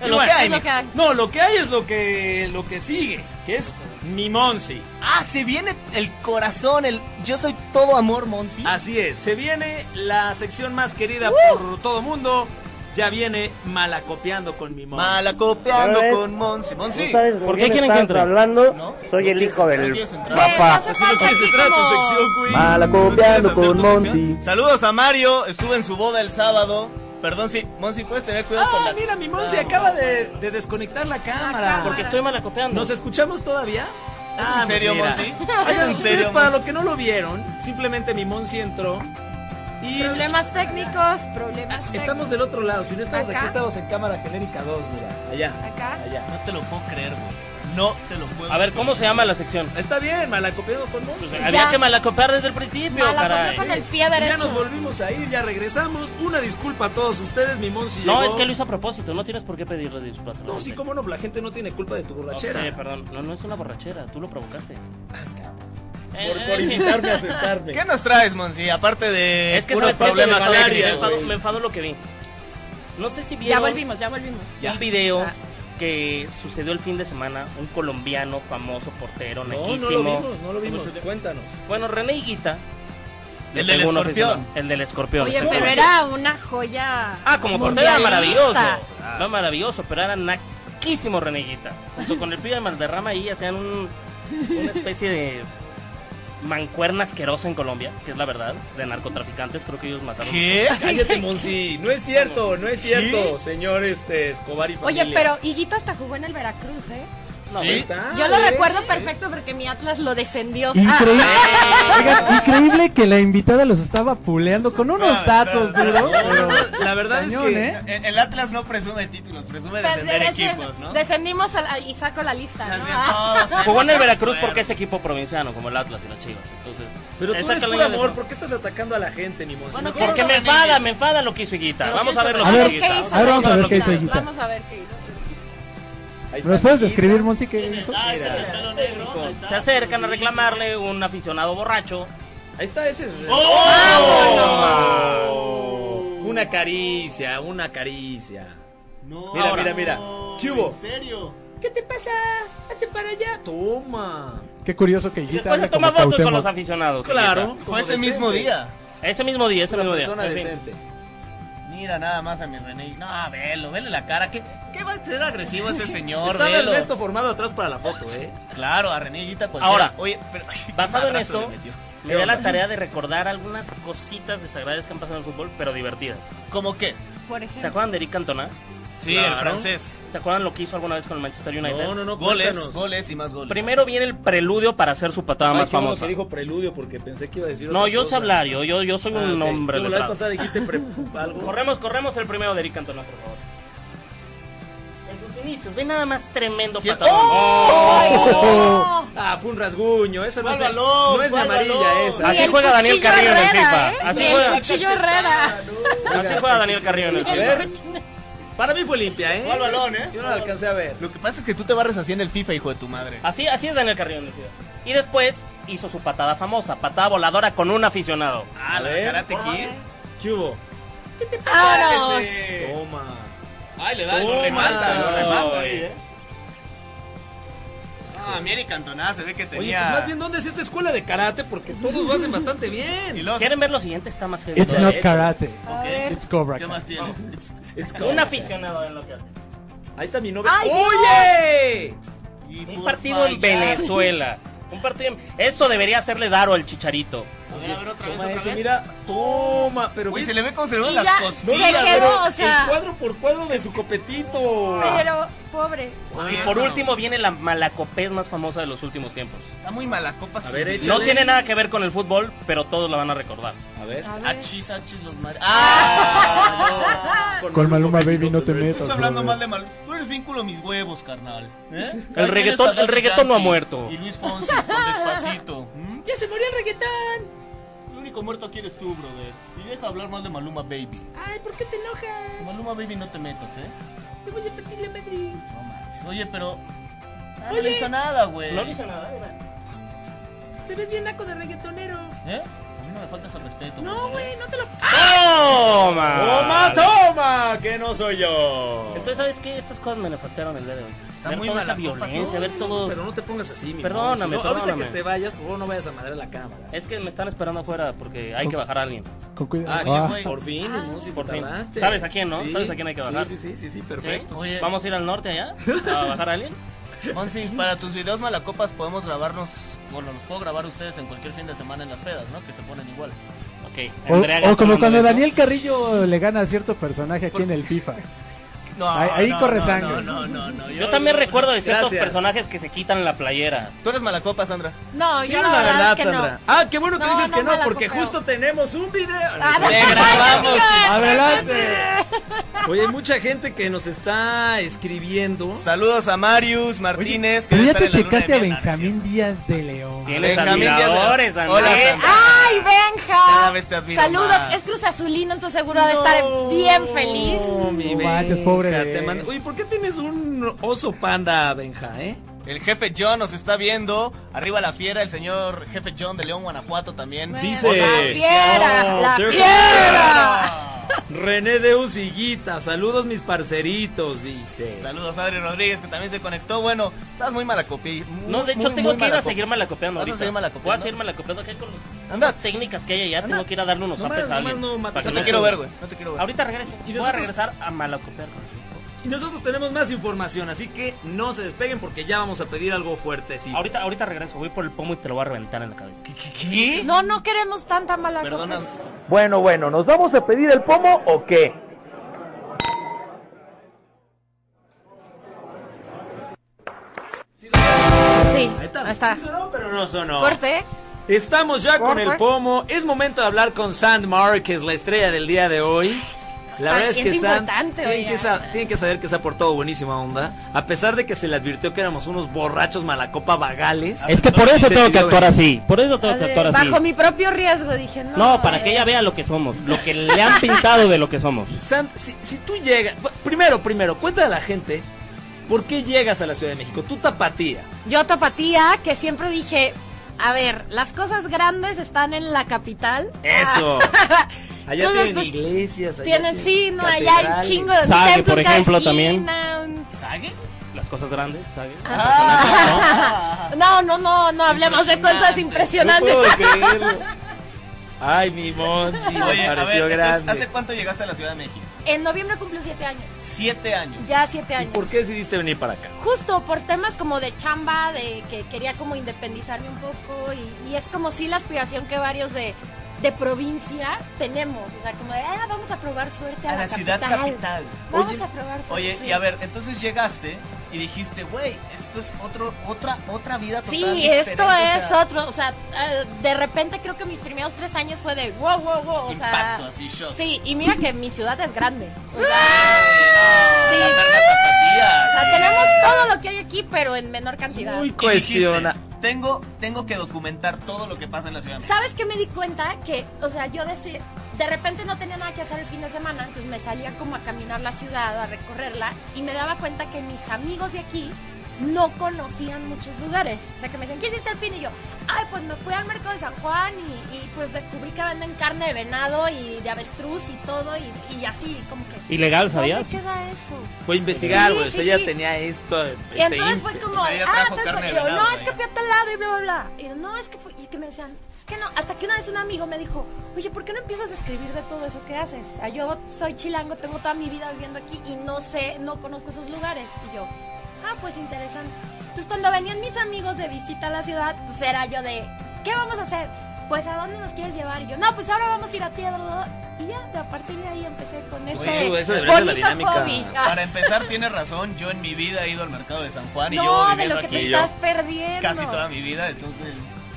S3: Y
S4: En lo que
S3: bueno.
S4: hay.
S5: Es lo
S4: mijo.
S5: que hay.
S3: No, lo que hay es lo que, lo que sigue, que es mi Monsi.
S4: Ah, se viene el corazón, el yo soy todo amor, Monsi.
S3: Así es, se viene la sección más querida por todo mundo. Ya viene Malacopiando con mi Monsi.
S4: Malacopeando
S7: ¿Sabes?
S4: con Monsi. Monsi.
S7: ¿Tú sabes
S6: ¿Por
S7: con
S6: qué
S7: quién
S6: quieren que
S7: estás
S6: entre?
S7: hablando?
S4: ¿No?
S7: Soy el hijo del
S4: quieres entrar?
S7: papá.
S3: Así
S5: Güey,
S3: es lo que se
S5: Así
S3: trata tu
S5: como-
S3: sección, güey.
S4: ¿No quieres
S7: Malacopeando
S4: hacer
S7: con
S4: tu
S7: Monty.
S4: sección? Saludos a Mario, estuve en su boda el sábado. Perdón, sí, Monsi, puedes tener cuidado con
S3: Ah,
S4: la.
S3: mira, mi Monsi acaba de, de desconectar la cámara.
S5: cámara.
S6: Porque estoy malacopeando.
S3: ¿Nos escuchamos todavía?
S6: Ah,
S4: ¿En
S6: pues
S4: serio,
S3: mira.
S4: Monsi?
S3: Ay,
S4: ¿Es en
S3: ustedes,
S4: serio?
S3: para
S4: Monsi?
S3: lo que no lo vieron, simplemente mi Monsi entró y
S5: Problemas técnicos, problemas
S3: Ah, estamos del otro lado. Si no estamos
S5: ¿Acá?
S3: aquí, estamos en cámara genérica 2, mira. Allá.
S5: Acá.
S3: Allá.
S4: No te lo puedo creer, güey. No te lo puedo.
S6: A ver, ¿cómo se llama la sección?
S3: Está bien, malacopiado con Monsi.
S6: Pues,
S3: Y
S6: había que malacopear desde el principio,
S5: Malacopió
S6: caray.
S5: con el pie derecho.
S3: Ya nos volvimos a ir, ya regresamos. Una disculpa a todos ustedes, mi Monsi
S6: No,
S3: llegó.
S6: es que lo hizo a propósito, no tienes por qué pedirle disculpas. a la
S3: No,
S6: gente.
S3: sí, cómo no, la gente no tiene culpa de tu borrachera.
S6: Ok, perdón, no, no es una borrachera, tú lo provocaste. Eh,
S3: Por, por invitarme a sentarme.
S4: ¿Qué nos traes, Monsi? Aparte de
S6: Es que
S4: puros
S6: sabes qué?
S4: problemas
S6: me, enfadé, me,
S4: técnicos,
S6: enfadó,
S4: güey.
S6: me enfadó lo que vi. No sé si
S5: Ya
S6: vieron
S5: volvimos, ya volvimos.
S4: Ya.
S6: un video
S5: Ah.
S6: que sucedió el fin de semana, un colombiano famoso portero,
S3: No, no
S6: naquísimo.
S3: lo vimos, no lo vimos. Cuéntanos.
S6: Bueno, René Higuita. le
S4: El del
S6: pegó un
S4: escorpión.
S6: aficionado. El del escorpión.
S5: Oye, pero
S6: exactamente.
S5: era una joya.
S6: Ah, como portero era maravilloso.
S5: mundialista.
S6: Era maravilloso, pero era naquísimo Reneguita. Junto con el pibe de Malderrama ahí hacían un- una especie de mancuerna asquerosa en Colombia, que es la verdad, de narcotraficantes. Creo que ellos mataron.
S4: ¿Qué?
S3: Cállate, Monsi. No es cierto, no es cierto, señor este, Escobar y familia.
S5: Oye, pero Higuita hasta jugó en el Veracruz, ¿eh?
S6: No,
S4: Sí.
S6: ¿verdad?
S5: Yo lo recuerdo perfecto porque mi Atlas lo descendió. Ah,
S8: Increíble, Oigan, increíble que la invitada los estaba puleando con unos datos duros.
S3: No,
S8: pero
S3: no, la verdad es
S8: cañón,
S3: que
S8: ¿eh?
S4: El, el Atlas no presume títulos,
S3: Pues
S4: presume
S5: Pero
S4: descender
S5: descen-
S4: equipos, ¿no?
S5: Descendimos a la- y saco la lista, ¿no? Ah,
S6: Jugó en el Veracruz porque es equipo provinciano, como el Atlas y las Chivas. Entonces,
S3: Pero tú
S6: esa
S3: eres puro
S6: calidad de-
S3: amor, ¿por qué estás atacando a la gente, mi Monsi?
S4: Bueno,
S3: No,
S4: ¿por
S6: Porque
S4: qué
S6: me
S4: Reneguita.
S6: enfada, me enfada lo que hizo Higuita.
S3: Pero
S6: Vamos
S3: ¿qué
S6: a ver
S3: hizo
S6: lo
S5: A
S6: que hizo
S5: ver
S8: Reneguita?
S5: qué
S6: Higuita.
S5: hizo.
S8: A ver, vamos a ver qué hizo
S5: Higuita.
S8: Higuita.
S5: Vamos a ver qué hizo.
S3: ahí está
S8: ¿Nos puedes
S3: mi
S8: describir,
S3: hija.
S8: Monsi, qué hizo?
S6: Ah, ese de pelo negro. Se acercan a reclamarle un aficionado borracho.
S3: Ahí está ese.
S4: ¡Oh!
S6: Ah, ¡Oh!
S3: Una caricia, una caricia. Mira, mira, mira. ¿Qué hubo?
S4: ¿En serio?
S3: ¿Qué te pasa? Hazte para allá. Toma.
S8: Qué curioso que
S6: Y
S8: Higuita
S6: después se
S8: habla
S6: toma
S8: como
S6: fotos con
S8: Cuauhtémoc.
S6: los aficionados.
S3: Claro.
S6: Higuita.
S4: Fue ese mismo día.
S6: Ese mismo día, ese
S3: Es una
S6: mismo día.
S3: persona
S6: En fin.
S3: decente.
S4: Mira nada más a mi René. No, velo, vele la cara. ¿Qué, qué va a ser agresivo ese señor?
S3: Estaba el
S4: velo.
S3: resto formado atrás para la foto, ¿eh?
S4: Claro, a René Higuita cualquiera.
S6: Ahora,
S4: oye, pero. ay, qué
S6: basado en
S4: madrazo
S6: esto-
S4: le metió.
S6: Me da la tarea de recordar algunas cositas desagradables que han pasado en el fútbol, pero divertidas.
S4: ¿Cómo qué?
S5: Por
S6: ¿Se
S5: ejemplo.
S6: acuerdan de Eric Cantona?
S4: Sí,
S3: Claro.
S4: el francés.
S6: ¿Se acuerdan lo que hizo alguna vez con el Manchester United?
S3: No, no, no.
S4: Goles,
S3: cuéntanos.
S4: goles y más goles.
S6: Primero viene el preludio para hacer su patada
S3: Ay,
S6: más
S3: qué bueno
S6: famosa.
S3: que dijo preludio porque pensé que iba a decir
S6: No,
S3: otra
S6: yo sé
S3: cosa.
S6: hablar, yo, yo, yo soy
S3: Ah,
S6: un
S3: ok.
S6: hombre
S3: Tú la vez
S6: letrado.
S3: pasada dijiste pre- algo.
S6: Corremos, corremos el primero de Eric Cantona, por favor. En sus inicios, ve nada más tremendo
S4: ¿Quién?
S6: patadón.
S3: ¡oh!
S5: ¡Ay, no!
S3: Ah, fue un rasguño. Esa no es
S4: ¿Cuál
S3: de,
S4: balón?
S3: no es de
S4: ¿Cuál
S3: amarilla
S4: balón?
S3: esa.
S5: Ni
S6: Así
S5: el
S6: juega Daniel
S5: cuchillo
S6: Carrillo en el
S5: Herrera,
S6: FIFA.
S5: ¿eh?
S6: Así
S5: Ni el
S6: juega.
S5: cuchillo Herrera.
S6: Así juega Daniel Carrillo en el
S3: A
S6: FIFA.
S3: ver. Para mí fue limpia, ¿eh?
S4: ¿Cuál balón, eh?
S3: Yo no la alcancé a ver.
S4: Lo que pasa es que tú te barres así en el FIFA, hijo de tu madre.
S6: Así, así es Daniel Carrillo en el FIFA. Y después hizo su patada famosa, patada voladora con un aficionado.
S4: Ah,
S3: A
S4: la de
S3: ver.
S4: Karate Kid.
S3: ¿Qué hubo?
S5: Vámonos.
S4: Ese.
S3: Toma.
S4: Ay, le da, lo
S3: Toma.
S4: remata, lo remata ahí,
S6: Oye.
S4: eh. Ah, Mieri Cantona se ve que
S3: Oye,
S4: tenía.
S3: pues más bien, ¿dónde es esta escuela de karate? Porque todos lo hacen bastante bien.
S4: Y luego-
S6: ¿Quieren ver lo siguiente? Está más heavy.
S8: It's not karate.
S5: A ver.
S8: It's Cobra.
S4: ¿Qué
S8: Kai.
S4: más tienes?
S3: It's cool.
S6: Un aficionado en lo que hace.
S3: Ahí está mi novia.
S5: ¡Ay,
S3: ¡Oye!
S4: Y
S6: Un
S3: Pues
S4: por
S6: partido
S4: fallar.
S6: en Venezuela. Un partido en... Eso debería hacerle Daro al chicharito.
S4: A ver, a ver, otra vez,
S3: Toma
S4: otra
S3: eso,
S4: vez.
S3: mira. Toma. Pero
S4: Uy,
S3: ve-
S4: se le ve cómo se le ven
S5: Y
S4: las
S5: ya,
S3: No,
S5: se
S4: costillas.
S3: mira,
S5: quedó,
S3: pero
S5: o sea.
S3: El cuadro por cuadro de su copetito.
S5: Pero, pobre.
S6: Y por último viene la malacopez más famosa de los últimos tiempos.
S4: Está muy mala copa.
S3: A ver,
S6: No
S3: échale.
S6: tiene nada que ver con el fútbol, pero todos la van a recordar.
S3: A ver.
S4: Ah,
S5: A ver.
S4: Achis, achis, los mares. ¡Ah!
S8: Con Maluma Baby no te
S4: Estás
S8: metas.
S4: hablando
S8: brother.
S4: mal de mal. Tú eres vínculo a mis huevos, carnal. ¿Eh? Ahí tienes
S6: reggaetón-
S4: a Daddy
S6: el reggaetón no ha
S4: Yankee
S6: muerto.
S4: Y Luis Fonsi, con despacito. ¿Mm?
S5: Ya se murió el reggaetón.
S4: El único muerto aquí eres tú, brother. Y deja hablar mal de Maluma Baby.
S5: Ay, ¿por qué te enojas?
S4: Maluma Baby, no te metas, ¿eh?
S5: Te voy a partir la madre.
S4: No manches. Oye, pero. Ah, No le hizo nada, güey.
S6: No le hizo nada, era-
S5: Te ves bien naco de reggaetonero.
S4: ¿Eh? A mí no me falta su respeto.
S5: No, güey, no te lo.
S6: ¡Toma!
S3: ¡Toma, toma! Copa que no soy yo.
S6: Entonces, ¿sabes qué? Estas cosas me nefastearon el día de hoy.
S4: Está
S6: ver
S4: muy
S6: toda
S4: mala
S6: esa
S4: copa,
S6: violencia,
S4: todo
S6: ver todo...
S3: Pero no te pongas así, mi
S6: Perdóname,
S3: mouse. No, Ahorita
S6: perdóname.
S3: que te vayas, por favor, no vayas a madrear la cámara.
S6: Es que me están esperando afuera porque hay que bajar a alguien.
S8: Con cuidado.
S3: Ah,
S4: Ah.
S3: que por fin, ¿no? Si
S6: Por
S3: te
S6: fin.
S3: tardaste.
S6: Sabes a quién, ¿no? Sabes a quién hay que bajar.
S3: Sí, sí, sí, sí, sí,
S6: ¿Sí?
S3: perfecto.
S4: Oye.
S6: ¿Vamos a ir al norte allá? ¿A bajar a alguien?
S4: Monsi, para tus videos malacopas podemos grabarnos, bueno, los puedo grabar ustedes en cualquier fin de semana en las pedas, ¿no? Que se ponen igual.
S6: Ok.
S8: O-
S6: Andrea
S8: o,
S6: Gato
S8: como
S6: hablando
S8: cuando
S6: de eso.
S8: Daniel Carrillo le gana a cierto personaje aquí en el FIFA.
S4: No,
S8: Ahí- ahí corre
S4: no,
S8: sangre.
S4: No, no, no, no,
S6: Yo también recuerdo de ciertos
S3: Gracias.
S6: personajes que se quitan la playera.
S4: Tú eres malacopa, Sandra.
S5: No,
S3: Dime
S5: yo la verdad, es que
S3: Sandra.
S5: no.
S3: Ah, qué bueno que
S5: No,
S3: dices
S5: no
S3: que
S5: me
S3: no,
S5: la
S3: porque
S5: copeo.
S3: justo tenemos un video.
S5: Ah, no.
S4: Te grabamos.
S8: ¡Adelante!
S3: Oye, hay mucha gente que nos está escribiendo.
S4: Saludos a Marius Martínez. que
S8: Pero
S4: debe estar
S8: ya te
S4: en la luna de
S8: checaste a
S4: miel, ¿no?
S8: Benjamín Díaz de León.
S6: Tienes
S4: Benjamín Díaz de-
S6: admiradores, Ah, Andrea.
S4: Hola,
S5: Eh,
S4: Sandra.
S5: ¡Ay,
S4: Cada
S5: Benja!
S4: vez te admiro
S5: Saludos,
S4: más.
S5: es Cruz Azulino, entonces seguro ha de estar bien feliz.
S3: Mi
S8: No manches,
S3: Benja,
S8: pobre
S3: te
S8: Benja.
S3: mando- Oye, ¿por qué tienes un oso panda, Benja, eh?
S4: El jefe John nos está viendo. Arriba la fiera, el señor jefe John de León, Guanajuato también.
S5: Bueno,
S3: Dice-
S5: La fiera,
S3: No,
S5: la
S3: te-
S5: fiera.
S3: René de Usiguita, saludos mis parceritos, dice.
S4: Saludos a Adri Rodríguez que también se conectó. Bueno, estás muy malacopi. muy-
S6: No, de hecho
S4: muy,
S6: tengo
S4: muy
S6: que ir a
S4: malacopi.
S6: seguir malacopeando
S4: Vas a
S6: ahorita.
S4: seguir malacopeando.
S6: Voy a seguir malacopeando acá con las
S4: Anda.
S6: técnicas que hay allá.
S4: Anda.
S6: Tengo que ir a darle unos
S3: Nomás-
S6: zapes a alguien.
S3: nomás no mates
S6: para
S3: a
S6: que
S4: No
S3: tu
S4: te
S6: no
S4: quiero
S6: se-
S4: ver, güey. No te quiero ver.
S6: Ahorita regreso.
S3: Y
S6: Voy a
S3: nosotros-
S6: regresar a malacopear con alguien.
S3: Y nosotros tenemos más información, así que no se despeguen porque ya vamos a pedir algo fuertecito.
S6: Ahorita, ahorita regreso. Voy por el pomo y te lo voy a reventar en la cabeza.
S3: ¿Qué?
S5: No, no queremos tanta mala
S4: Perdona.
S5: copa.
S2: Bueno, bueno, ¿nos vamos a pedir el pomo o qué?
S5: Sí,
S4: está.
S5: ahí está.
S3: Sonó, pero no sonó.
S5: Corte.
S3: Estamos ya con el
S5: Corte.
S3: pomo. Es momento de hablar con Sand Márquez, la estrella del día de hoy. La
S5: está
S3: verdad es que
S5: siendo
S3: Sand
S5: importante,
S3: tienen que,
S5: oiga.
S3: sa- tienen que saber que se ha portado buenísima onda. A pesar de que se le advirtió que éramos unos borrachos malacopa vagales.
S6: Es que por eso
S3: Te
S6: tengo que
S3: pidió
S6: actuar
S3: ver.
S6: así. Por eso tengo que
S5: Vale,
S6: actuar así.
S5: Ah, Bajo mi propio riesgo, dije. No,
S6: No, para
S5: eh,
S6: que ella vea lo que somos. Lo que le han pintado de lo que somos.
S3: Sand, si, si tú llegas. Primero, primero, cuéntale a la gente. ¿Por qué llegas a la Ciudad de México? Tú tapatía.
S5: Yo tapatía, que siempre dije, a ver, las cosas grandes están en la capital.
S3: Eso. Ah. Allá
S5: Entonces,
S3: tienen
S5: pues,
S3: iglesias. allá
S5: Tienen, sí, no, allá hay un
S3: catedrales.
S5: chingo de
S6: Sage,
S5: templos
S6: Eh, por
S5: en cada
S6: ejemplo, también.
S5: esquina, un-
S4: ¿Sague?
S6: Las cosas grandes, ¿sabes?
S5: Ah.
S4: Ah.
S5: No, no, no, no hablemos de cosas
S3: No
S5: impresionantes.
S3: puedo creerlo. Ay, mi Monty,
S4: Oye,
S3: me
S4: a ver,
S3: pareció
S4: entonces,
S3: grande.
S4: ¿hace cuánto llegaste a la Ciudad de México?
S5: En noviembre cumplo siete años.
S4: Siete años.
S5: Ya siete
S3: ¿Y
S5: años.
S3: por qué decidiste venir para acá?
S5: Justo por temas como de chamba, de que quería como independizarme un poco y, y es como si la aspiración que varios de, de provincia tenemos, o sea, como de, ah, vamos a probar suerte a,
S4: A la ciudad capital.
S5: Vamos
S4: Oye,
S5: a probar suerte.
S4: Oye,
S5: sí.
S4: y a ver, entonces llegaste y dijiste, güey, esto es otro, otra, otra vida total.
S5: Sí,
S4: diferente",
S5: esto
S4: o sea,
S5: es otro, o sea, eh, de repente creo que mis primeros tres años fue de wow, wow, wow, o sea,
S4: Impacto, así, shock. Ah,
S5: sí, y mira que mi ciudad es grande, o sea, sí,
S4: La
S5: o
S4: verga tapatía,
S5: sea,
S4: sí.
S5: tenemos todo lo que hay aquí, pero en menor cantidad.
S3: Uy,
S4: Y dijiste,
S3: cuestiona.
S4: tengo, tengo que documentar todo lo que pasa en la ciudad. de México".
S5: ¿Sabes qué me di cuenta? Que, o sea, yo decía, de repente no tenía nada que hacer el fin de semana, entonces me salía como a caminar la ciudad, a recorrerla, y me daba cuenta que mis amigos de aquí no conocían muchos lugares. O sea, que me decían, ¿qué hiciste el fin? Y yo, ay, pues me fui al mercado de San Juan y, y, pues descubrí que venden carne de venado y de avestruz y todo, y, y así, como que...
S6: Ilegal,
S5: ¿Dónde
S6: ¿sabías?
S5: queda eso?
S3: Fue a investigar,
S5: Sí,
S3: güey.
S5: sí,
S3: o sea,
S5: sí.
S3: ella tenía esto. este
S5: Y entonces fue como,
S4: O sea,
S5: de,
S4: ella
S5: ah,
S4: trajo
S5: entonces
S4: carne de
S5: fue- yo,
S4: venado,
S5: no, es
S4: ¿eh?
S5: que fui a tal lado y bla, bla, bla. Y yo, no, es que fui, y que me decían, es que no, hasta que una vez un amigo me dijo, oye, ¿por qué no empiezas a escribir de todo eso que haces? O sea, yo soy chilango, tengo toda mi vida viviendo aquí y no sé, no conozco esos lugares. Y yo, ah, pues interesante. Entonces cuando venían mis amigos de visita a la ciudad, pues era yo de, ¿qué vamos a hacer? Pues a dónde nos quieres llevar? Y yo, no, pues ahora vamos a ir a ti. bla, bla, bla". Y ya, a partir de ahí empecé con ese
S3: eso- eso debería ser la
S5: bonito
S3: dinámica.
S5: hobby.
S4: Para empezar, tienes razón, yo en mi vida he ido al mercado de San Juan y yo
S5: No, de
S4: viviendo
S5: lo que te
S4: aquí
S5: estás
S4: yo
S5: perdiendo.
S4: casi toda mi vida, entonces...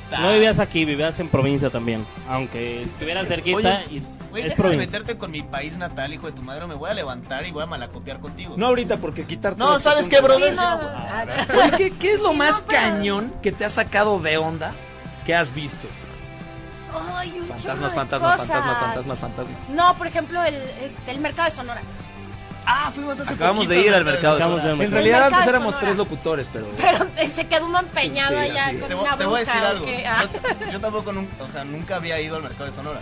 S4: ta.
S6: No vivías aquí, vivías en provincia también. Aunque estuvieras cerquita,
S3: Oye,
S6: y
S4: Güey,
S6: es
S4: deja de
S6: provincia.
S4: meterte con mi país natal, hijo de tu madre, me voy a levantar y voy a malacopiar contigo.
S3: No ahorita, porque quitar
S4: No,
S3: todo este
S4: ¿sabes
S3: asunto.
S4: qué, brother?
S5: Sí, no,
S4: Yo-
S5: ah,
S3: Oye, ¿qué, qué es lo
S5: Sí,
S3: más
S5: no, pero-
S3: cañón que te ha sacado de onda que has visto?
S5: Ay, un
S3: Fantasmas,
S5: chorro de
S3: fantasmas,
S5: cosas.
S3: fantasmas, fantasmas, fantasmas.
S5: No, por ejemplo, el, este, el mercado de Sonora.
S4: Ah, fuimos hace
S3: Acabamos de
S4: poquito
S3: ir al mercado. de
S6: Acabamos de
S3: Sonora.
S6: ir al
S3: En
S6: mercado.
S3: realidad antes
S5: Mercado de
S3: éramos
S5: Sonora.
S3: tres locutores, pero.
S5: Pero eh, se quedó un empeñado
S3: Sí, sí,
S5: allá
S3: así es.
S5: con
S4: Te,
S5: una
S4: voy- te voy a decir
S5: bruja, ¿o
S4: algo.
S5: qué? Ah,
S4: Yo, yo tampoco, nun- o sea, nunca había ido al mercado de Sonora.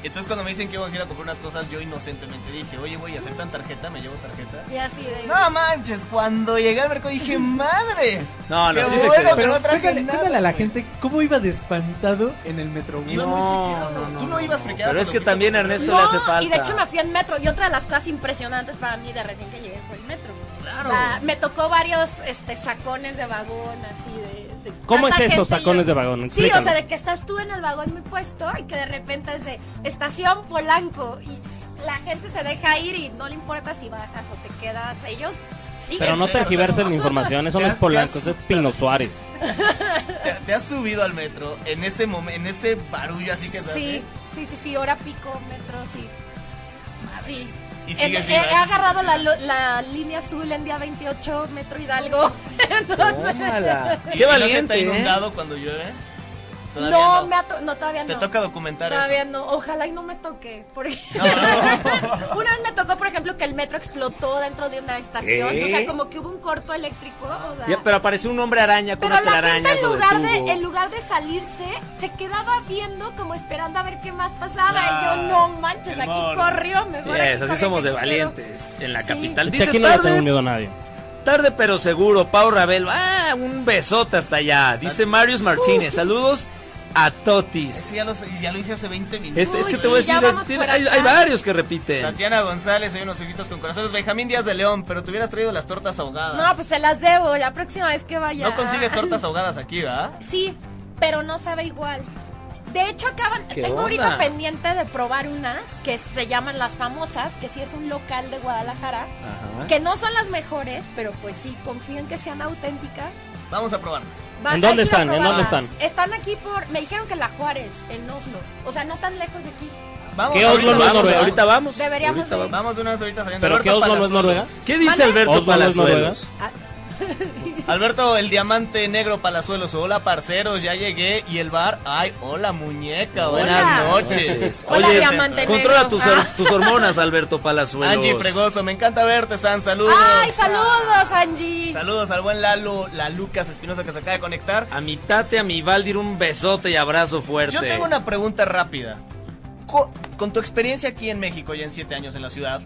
S4: Entonces cuando me dicen que vamos a ir a comprar unas cosas, yo inocentemente dije, oye, voy a aceptan tarjeta, me llevo tarjeta.
S5: Y así de...
S4: No manches, cuando llegué al mercado dije, madres.
S3: No, no,
S4: Qué
S3: sí se
S4: bueno,
S3: excedió.
S4: pero no traje
S8: pégale,
S4: nada,
S8: pégale a la
S4: güey.
S8: gente cómo iba de espantado en el metrobús.
S4: Ibas muy friqueado. Tú no ibas friqueado.
S3: Pero es que
S4: cuando fuiste a
S3: también
S4: comprar.
S3: Ernesto
S5: No,
S3: le hace falta.
S5: y de hecho me fui en metro. Y otra de las cosas impresionantes para mí de recién que llegué fue el metro.
S4: Claro.
S5: O sea, Ah, me tocó varios este, sacones de vagón, así de... de
S6: ¿Cómo
S5: tanta
S6: es eso,
S5: gente,
S6: sacones
S5: yo-
S6: de vagón?
S5: Sí, o sea,
S6: Explícalo.
S5: de que estás tú en el vagón muy puesto y que de repente es de estación Polanco y la gente se deja ir y no le importa si bajas o te quedas. Ellos siguen.
S6: Pero no
S4: Sí, o sea,
S6: tergiversen
S4: no.
S6: la información, eso
S4: Te
S6: no es
S4: has- te
S6: Polanco,
S4: has-
S6: eso es Pino Suárez.
S4: Te, te has subido al metro en ese momen- en ese barullo así que se
S5: Sí,
S4: hace.
S5: sí, sí, sí, hora pico, metro, sí. Sí.
S4: Y
S5: En-
S4: sigues
S5: he,
S4: viva,
S5: he
S4: eso es
S5: agarrado la,
S4: impresionante.
S5: lo- la línea azul en día 28, metro Hidalgo.
S3: Tómala.
S4: ¿Y-
S3: Qué
S4: y no se te ha
S3: valiente, ¿eh?
S4: inundado cuando llueve?
S5: No,
S4: Todavía no.
S5: me ha to- no, todavía
S4: Te
S5: no.
S4: toca documentar
S5: Todavía
S4: eso.
S5: no, ojalá y no me toque. Porque...
S4: No, no.
S5: una vez me tocó, por ejemplo, que el metro explotó dentro de una estación.
S3: ¿Qué?
S5: O
S4: ¿Eh?
S5: sea, como que hubo un corto eléctrico. o sea,
S3: Ya, pero apareció un hombre araña con
S5: pero
S3: una
S5: la gente
S3: telaraña.
S5: en
S3: eso
S5: lugar de,
S3: detuvo.
S5: en lugar de salirse, se quedaba viendo como esperando a ver qué más pasaba.
S4: Ah,
S5: y yo, no manches,
S4: el
S5: aquí
S4: mono.
S5: corrió, mejor
S3: Sí,
S5: aquí
S3: es, así
S5: corre,
S3: somos
S5: que
S3: de
S5: aquí
S3: valientes en la
S5: Sí.
S3: capital.
S6: Este
S3: Dice
S6: aquí no le tengo
S3: tarde,
S6: miedo a nadie.
S3: tarde pero seguro, Pau Rabel. Ah, un besote hasta allá. Dice Marius
S5: Uh.
S3: Martínez. Saludos a Totis.
S4: Ese ya lo, ya lo hice hace 20 minutos.
S3: Es, es que
S5: Uy,
S3: te voy a
S5: sí, ya
S3: decir,
S5: vamos
S3: tiene-
S5: por
S3: hay,
S5: acá.
S3: hay varios que repiten.
S4: Tatiana González, hay unos ojitos con corazones. Benjamín Díaz de León, pero te hubieras traído las tortas ahogadas.
S5: quiero- No, pues se las debo. La próxima vez que vaya.
S4: No consigues tortas ahogadas aquí, ¿verdad?
S5: Sí, pero no sabe igual. De hecho, acaban.
S3: ¿Qué
S5: Tengo
S3: onda?
S5: ahorita pendiente de probar unas que se llaman las famosas, que sí es un local de Guadalajara,
S3: Ajá.
S5: que no son las mejores, pero pues sí, confío en que sean auténticas.
S4: Vamos a probarlas.
S5: Va-
S6: ¿En dónde
S5: hay que ir a
S6: están? ¿En dónde
S5: probarlas.
S6: están?
S5: Están aquí por. Me dijeron que en la Juárez, en Oslo. O sea, no tan lejos de aquí.
S4: Vamos,
S6: ¿Qué
S4: ahorita
S6: Oslo no es
S4: vamos,
S3: Vamos,
S6: Noruega?
S3: ahorita vamos.
S5: Deberíamos
S3: ahorita
S5: de ir.
S3: vamos.
S4: Vamos de una vez ahorita saliendo.
S6: ¿Pero qué
S4: Alberto
S6: Oslo no es Noruega?
S4: Palazuelos.
S3: ¿Qué dice
S5: ¿Mande?
S3: Alberto
S6: Oslo no es
S3: Palazuelos?
S4: Alberto, el diamante negro Palazuelos. Hola, parceros, ya llegué. Y el bar. Ay, hola, muñeca. Buenas noches.
S5: Hola,
S4: Oye,
S5: diamante negro. Ah.
S3: Controla tus, hor- tus hormonas, Alberto Palazuelos.
S4: Angie Fregoso, me encanta verte, San. Saludos.
S5: ¡Ay, saludos, Angie!
S4: Saludos al buen Lalo, la Lucas Espinosa que se acaba de conectar.
S3: A mi Tate, a mi Valdir, un besote y abrazo fuerte.
S4: Yo tengo una pregunta rápida. Co- con tu experiencia aquí en México, ya en siete años en la ciudad,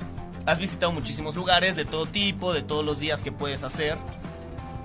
S4: has visitado muchísimos lugares de todo tipo, de todos los días que puedes hacer.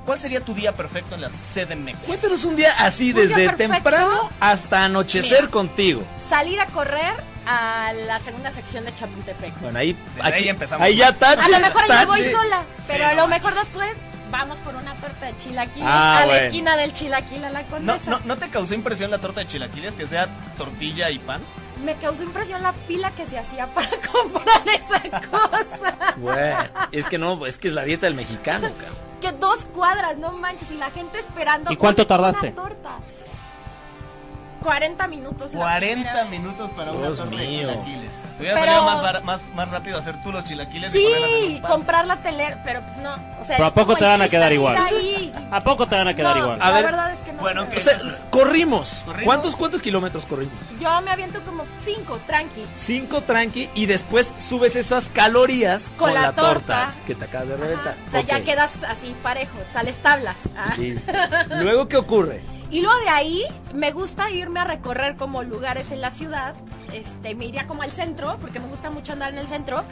S4: ¿Cuál sería tu día perfecto en la CDMX?
S3: Cuéntanos un día así,
S5: Un día
S3: desde
S5: perfecto.
S3: temprano hasta anochecer
S5: Mira.
S3: contigo.
S5: Salir a correr a la segunda sección de Chapultepec.
S3: Bueno, ahí,
S4: Desde ahí empezamos.
S3: Ahí ya Tache.
S5: A lo mejor yo voy
S3: tache.
S5: sola, pero
S4: Sí,
S5: a
S4: no
S5: lo mejor
S4: manches.
S5: después vamos por una torta de chilaquiles
S3: Ah,
S5: a
S3: bueno.
S5: la esquina del chilaquil a la
S4: ¿No,
S5: condesa.
S4: no, ¿no te causó impresión la torta de chilaquiles que sea tortilla y pan?
S5: Me causó impresión la fila que se hacía para comprar esa cosa.
S3: Bueno, es que no, es que es la dieta del mexicano, cabrón.
S5: que dos cuadras, no manches, y la gente esperando.
S6: ¿Y cuánto
S5: una- una
S6: tardaste?
S5: torta. 40 minutos. la
S4: 40
S5: primera vez.
S4: minutos para una
S3: Dios
S4: torta de
S3: mío.
S4: chilaquiles. Te hubiera
S5: Pero-
S4: salido más, bar- más, más rápido hacer tú los chilaquiles y ponerlas en
S5: Sí,
S4: un pan.
S5: comprar la tele, pero pues no. O sea,
S6: Pero
S5: es
S6: ¿a poco
S5: como
S6: te
S5: el
S6: van a
S5: chiste
S6: quedar
S5: de ir
S6: igual?
S5: ahí.
S6: ¿A poco te van a quedar
S5: No,
S6: igual?
S3: A
S5: La
S3: ver.
S5: verdad es que no.
S4: Bueno,
S3: O
S4: que-
S3: sea, corrimos.
S4: ¿Corrimos?
S3: ¿Cuántos, ¿Cuántos kilómetros corrimos?
S5: Yo me aviento como 5, tranqui.
S3: Cinco tranqui y después subes esas calorías con,
S5: Con la
S3: la torta,
S5: torta.
S3: que te acabas de
S5: Ajá,
S3: reventar.
S5: O sea, ya
S3: Ok.
S5: quedas así parejo, sales tablas. Ah.
S3: Listo. Luego, ¿qué ocurre?
S5: Y luego de ahí me gusta irme a recorrer como lugares en la ciudad. Este, me iría como al centro, porque me gusta mucho andar en el centro.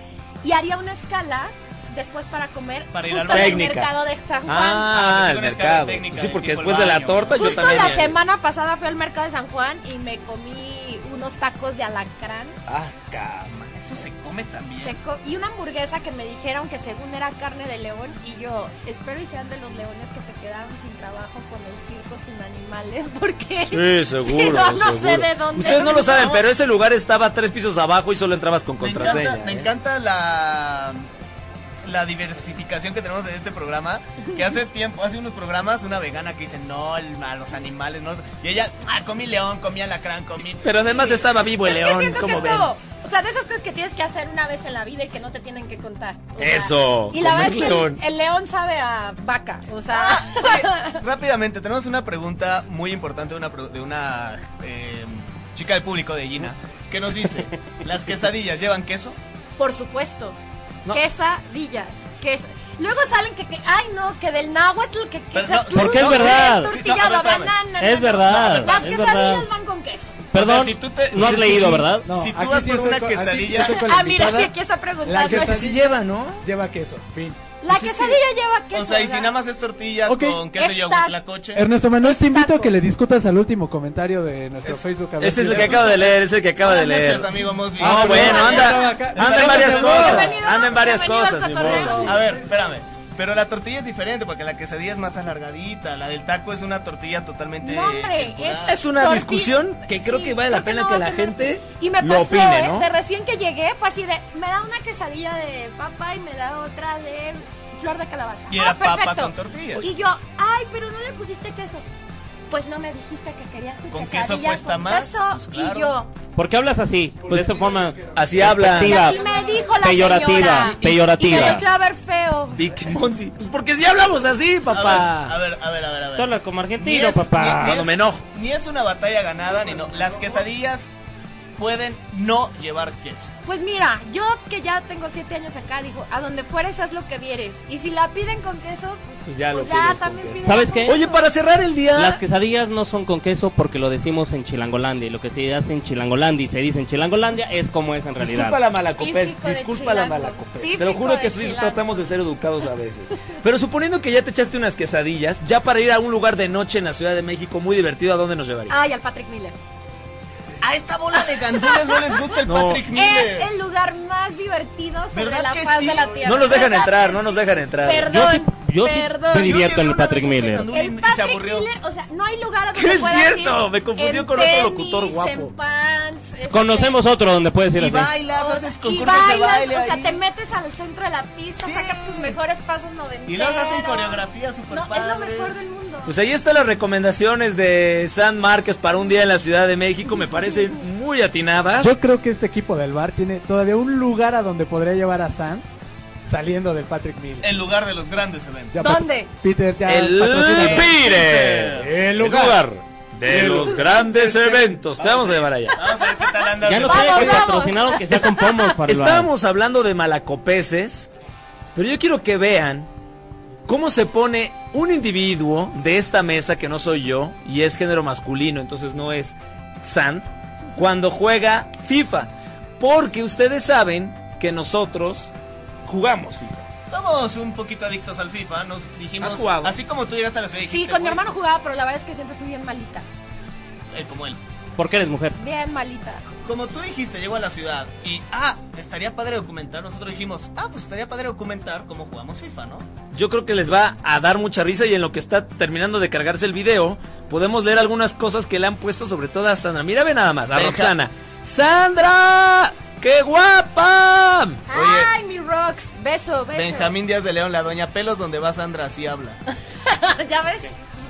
S5: Y haría una escala después para comer
S4: Para ir
S5: justo
S4: al
S5: en el
S3: Técnica.
S5: mercado de San Juan.
S3: Ah,
S4: Ah,
S3: el
S4: pues es una escala
S3: mercado.
S4: técnica
S3: Sí,
S4: de
S3: porque
S4: tipo el
S3: después de la
S4: baño.
S3: torta yo
S5: Justo
S3: también.
S5: la
S3: eh,
S5: semana pasada fui al mercado de San Juan y me comí unos tacos de alacrán
S3: Ah, cama.
S4: Eso se come también.
S5: seco y una hamburguesa que me dijeron que según era carne de león y yo espero y sean de los leones que se quedaron sin trabajo con el circo sin animales porque
S3: Sí, seguro.
S5: Sí, no, no sé
S3: seguro.
S5: de dónde.
S3: Ustedes no lo saben, pero ese lugar estaba tres pisos abajo y solo entrabas con
S4: Me
S3: contraseña.
S4: encanta, me
S3: ¿eh?
S4: encanta la la diversificación que tenemos en este programa, que hace tiempo, hace unos programas, una vegana que dice, no, el- a los animales, no. los-". Y ella, ah, comí león, comí alacrán, comí...
S3: Pero además estaba vivo el
S5: Es que
S3: león,
S5: siento que
S3: como
S5: es
S3: ven.
S5: como, o sea, de esas cosas que tienes que hacer una vez en la vida y que no te tienen que contar. O sea,
S3: Eso,
S5: Y la
S3: comer
S5: verdad es que
S3: león.
S5: el, el león sabe a vaca, o sea,
S4: Oye, rápidamente, tenemos una pregunta muy importante de una, pro- de una eh, chica del público de Gina, que nos dice, ¿las quesadillas llevan queso?
S5: por supuesto.
S3: No.
S5: Quesadillas. Ques Luego salen que, que ay no, que del náhuatl, que, que
S4: Pero
S5: sea
S4: no,
S5: turno,
S6: porque es verdad.
S5: que es
S4: Sí, no,
S5: tortillado,
S4: a ver, espérame.
S5: banana,
S6: Es verdad,
S5: Las
S6: es
S5: quesadillas
S6: verdad.
S5: van con queso.
S6: Perdón,
S4: O sea, si tú te-
S6: no has
S4: si-
S6: leído,
S4: si-
S6: ¿verdad?
S4: No. Si tú vas
S8: aquí
S4: por
S8: soy
S4: una
S8: co-
S4: quesadilla-
S8: aquí yo soy con la
S5: Ah, mira,
S8: invitada.
S5: sí, aquí está
S8: La
S5: preguntando.
S8: quesadilla
S7: Sí lleva, ¿no?
S8: lleva queso, fin.
S5: La
S8: Pues es que-
S5: quesadilla lleva queso.
S4: O sea, y
S5: o
S4: si nada más es tortilla
S8: Ok.
S4: con queso y
S5: Está-
S4: coche.
S8: Ernesto Manuel, te invito a
S5: Exacto.
S8: que le discutas al último comentario de nuestro
S4: Es-
S8: Facebook. a ver
S3: Ese es
S8: si
S3: el
S8: le-
S3: que acaba de leer, ese es el que acaba de
S4: Buenas
S3: leer.
S4: noches, amigo Mosby.
S8: Ah,
S3: No, bueno, anda, anda en varias cosas,
S5: Bienvenido,
S3: anda en varias
S5: bienvenido al
S3: cosas, mi
S5: cotorreo.
S3: Mosby.
S4: A ver, espérame. Pero la tortilla es diferente porque la quesadilla es más alargadita. La del taco es una tortilla totalmente.
S5: No, hombre,
S4: circular.
S5: es,
S7: Es una
S5: torti-
S7: discusión que creo que vale la pena
S5: no
S7: que
S5: va
S7: la
S5: a tener
S7: gente
S5: fin. y me
S7: lo
S5: pasó,
S7: opine,
S5: ¿eh?
S7: ¿no?
S5: De recién que llegué fue así de, me da una quesadilla de papa y me da otra de flor de calabaza.
S4: Y
S5: Ah,
S4: era papa
S5: perfecto.
S4: con tortilla.
S5: Y yo, ay, pero no le pusiste queso. Pues no me dijiste que querías tu
S4: Con queso
S5: quesadilla
S4: cuesta
S5: con
S4: más,
S5: queso.
S4: pues claro.
S5: Y yo,
S6: ¿Por qué hablas así? Pues de esa forma.
S3: Así habla.
S5: y
S6: Despectiva.
S5: así me dijo la
S6: Peyorativa,
S5: señora. Y-
S6: peyorativa.
S5: Y me volteó a ver feo.
S3: Vic Monsi. Pues porque si hablamos así,
S4: A ver, a
S3: papá.
S4: ver, a ver, a ver. a ver.
S6: Tú hablas como
S4: Ni
S6: argentino,
S4: es- ni- ni
S6: papá.
S3: Cuando
S4: es-
S3: me enojo.
S4: Ni es una batalla ganada, ni no. Las quesadillas pueden no llevar queso.
S5: Pues mira, yo que ya tengo siete años acá, digo, a donde fueres haz lo que vieres. Y si la piden con queso,
S3: Pues
S5: pues
S3: ya
S5: ya,
S3: lo
S5: pues
S3: pides
S5: ya
S3: con
S5: también
S3: queso.
S5: piden
S6: ¿Sabes
S5: con
S6: qué?
S5: queso.
S3: Oye, para cerrar el día.
S6: Las quesadillas no son con queso porque lo decimos en Chilangolandia. Y lo que se hace en Chilangolandia y se dice en Chilangolandia es como es en realidad.
S3: Disculpa la malacopez,
S5: Típico de
S3: disculpa la
S5: chilangos,
S3: malacopez.
S5: típico
S3: Te lo juro que
S5: de
S3: sí
S5: chilangos.
S3: tratamos de ser educados a veces. Pero suponiendo que ya te echaste unas quesadillas, ya para ir a un lugar de noche en la Ciudad de México muy divertido, ¿a dónde nos llevarías?
S5: Ay, al Patrick Miller.
S4: A esta bola de gandules no les gusta el
S3: No.
S4: Patrick Miller.
S5: Es el lugar más divertido sobre
S4: ¿Verdad
S5: la
S4: que
S5: faz
S4: sí?
S5: de la tierra.
S3: No nos dejan
S4: ¿Verdad
S3: entrar,
S4: que
S3: no nos
S4: sí?
S3: dejan entrar.
S5: Perdón.
S6: Yo sí, yo sí
S5: Perdón.
S6: me
S5: Yo
S6: divierto en
S4: llegué
S6: el
S4: una
S6: Patrick
S4: vez a este
S6: Miller.
S4: gandul
S5: El
S4: y se
S5: Patrick
S4: aburrió.
S5: Miller, o sea, no hay lugar donde
S3: ¿Qué es
S5: puedas ir
S3: cierto? Me confundió
S5: en
S3: con otro
S5: tenis,
S3: locutor guapo.
S5: en pants, este,
S6: Conocemos otro donde puedes ir
S4: Y
S6: así.
S4: bailas, haces
S5: y
S4: concursos
S5: bailas,
S4: de baile.
S5: o sea,
S4: ahí.
S5: te metes al centro de la pista,
S4: Sí.
S5: sacas tus mejores pasos noventeros.
S4: Y luego hacen coreografía super
S5: No, es lo mejor del mundo.
S3: Pues ahí están las recomendaciones de San Márquez para un día en la Ciudad de México. Me parecen muy atinadas.
S8: Yo creo que este equipo del bar tiene todavía un lugar a donde podría llevar a Sam saliendo del Patrick Miller.
S4: En lugar de los grandes eventos.
S8: Ya pat-
S5: ¿Dónde?
S8: Peter, ya
S3: El
S8: patrocínanos.
S3: Pire. El lugar de los grandes eventos. Te vamos a llevar allá.
S4: Vamos a ver qué tal andas.
S6: Ya
S4: de-
S6: no sé que
S5: vamos.
S6: patrocinaron que sea con pomos para el bar.
S3: Estábamos hablando de malacopeses, pero yo quiero que vean cómo se pone un individuo de esta mesa que no soy yo y es género masculino, entonces no es Sand, cuando juega FIFA. Porque ustedes saben que nosotros jugamos FIFA.
S4: Somos un poquito adictos al FIFA. Nos dijimos.
S3: ¿Has jugado?
S4: Así como tú llegaste a la ciudad. y
S5: Sí,
S4: dijiste,
S5: con mi
S4: "Güey,
S5: hermano jugaba, pero la verdad es que siempre fui bien malita.
S4: eh, como él.
S6: Porque eres mujer.
S5: Bien malita.
S4: Como tú dijiste, llegó a la ciudad y, ah, estaría padre documentar. Nosotros dijimos, ah, pues estaría padre documentar cómo jugamos FIFA, ¿no?
S3: Yo creo que les va a dar mucha risa y en lo que está terminando de cargarse el video, podemos leer algunas cosas que le han puesto sobre todo a Sandra. Mira, ve nada más, a
S4: Venga.
S3: Roxana. ¡Sandra! ¡Qué guapa!
S4: Oye.
S5: Ay, mi Rox. Beso, beso.
S4: Benjamín Díaz de León, la doña pelos, donde va Sandra, así habla.
S5: ¿Ya ves?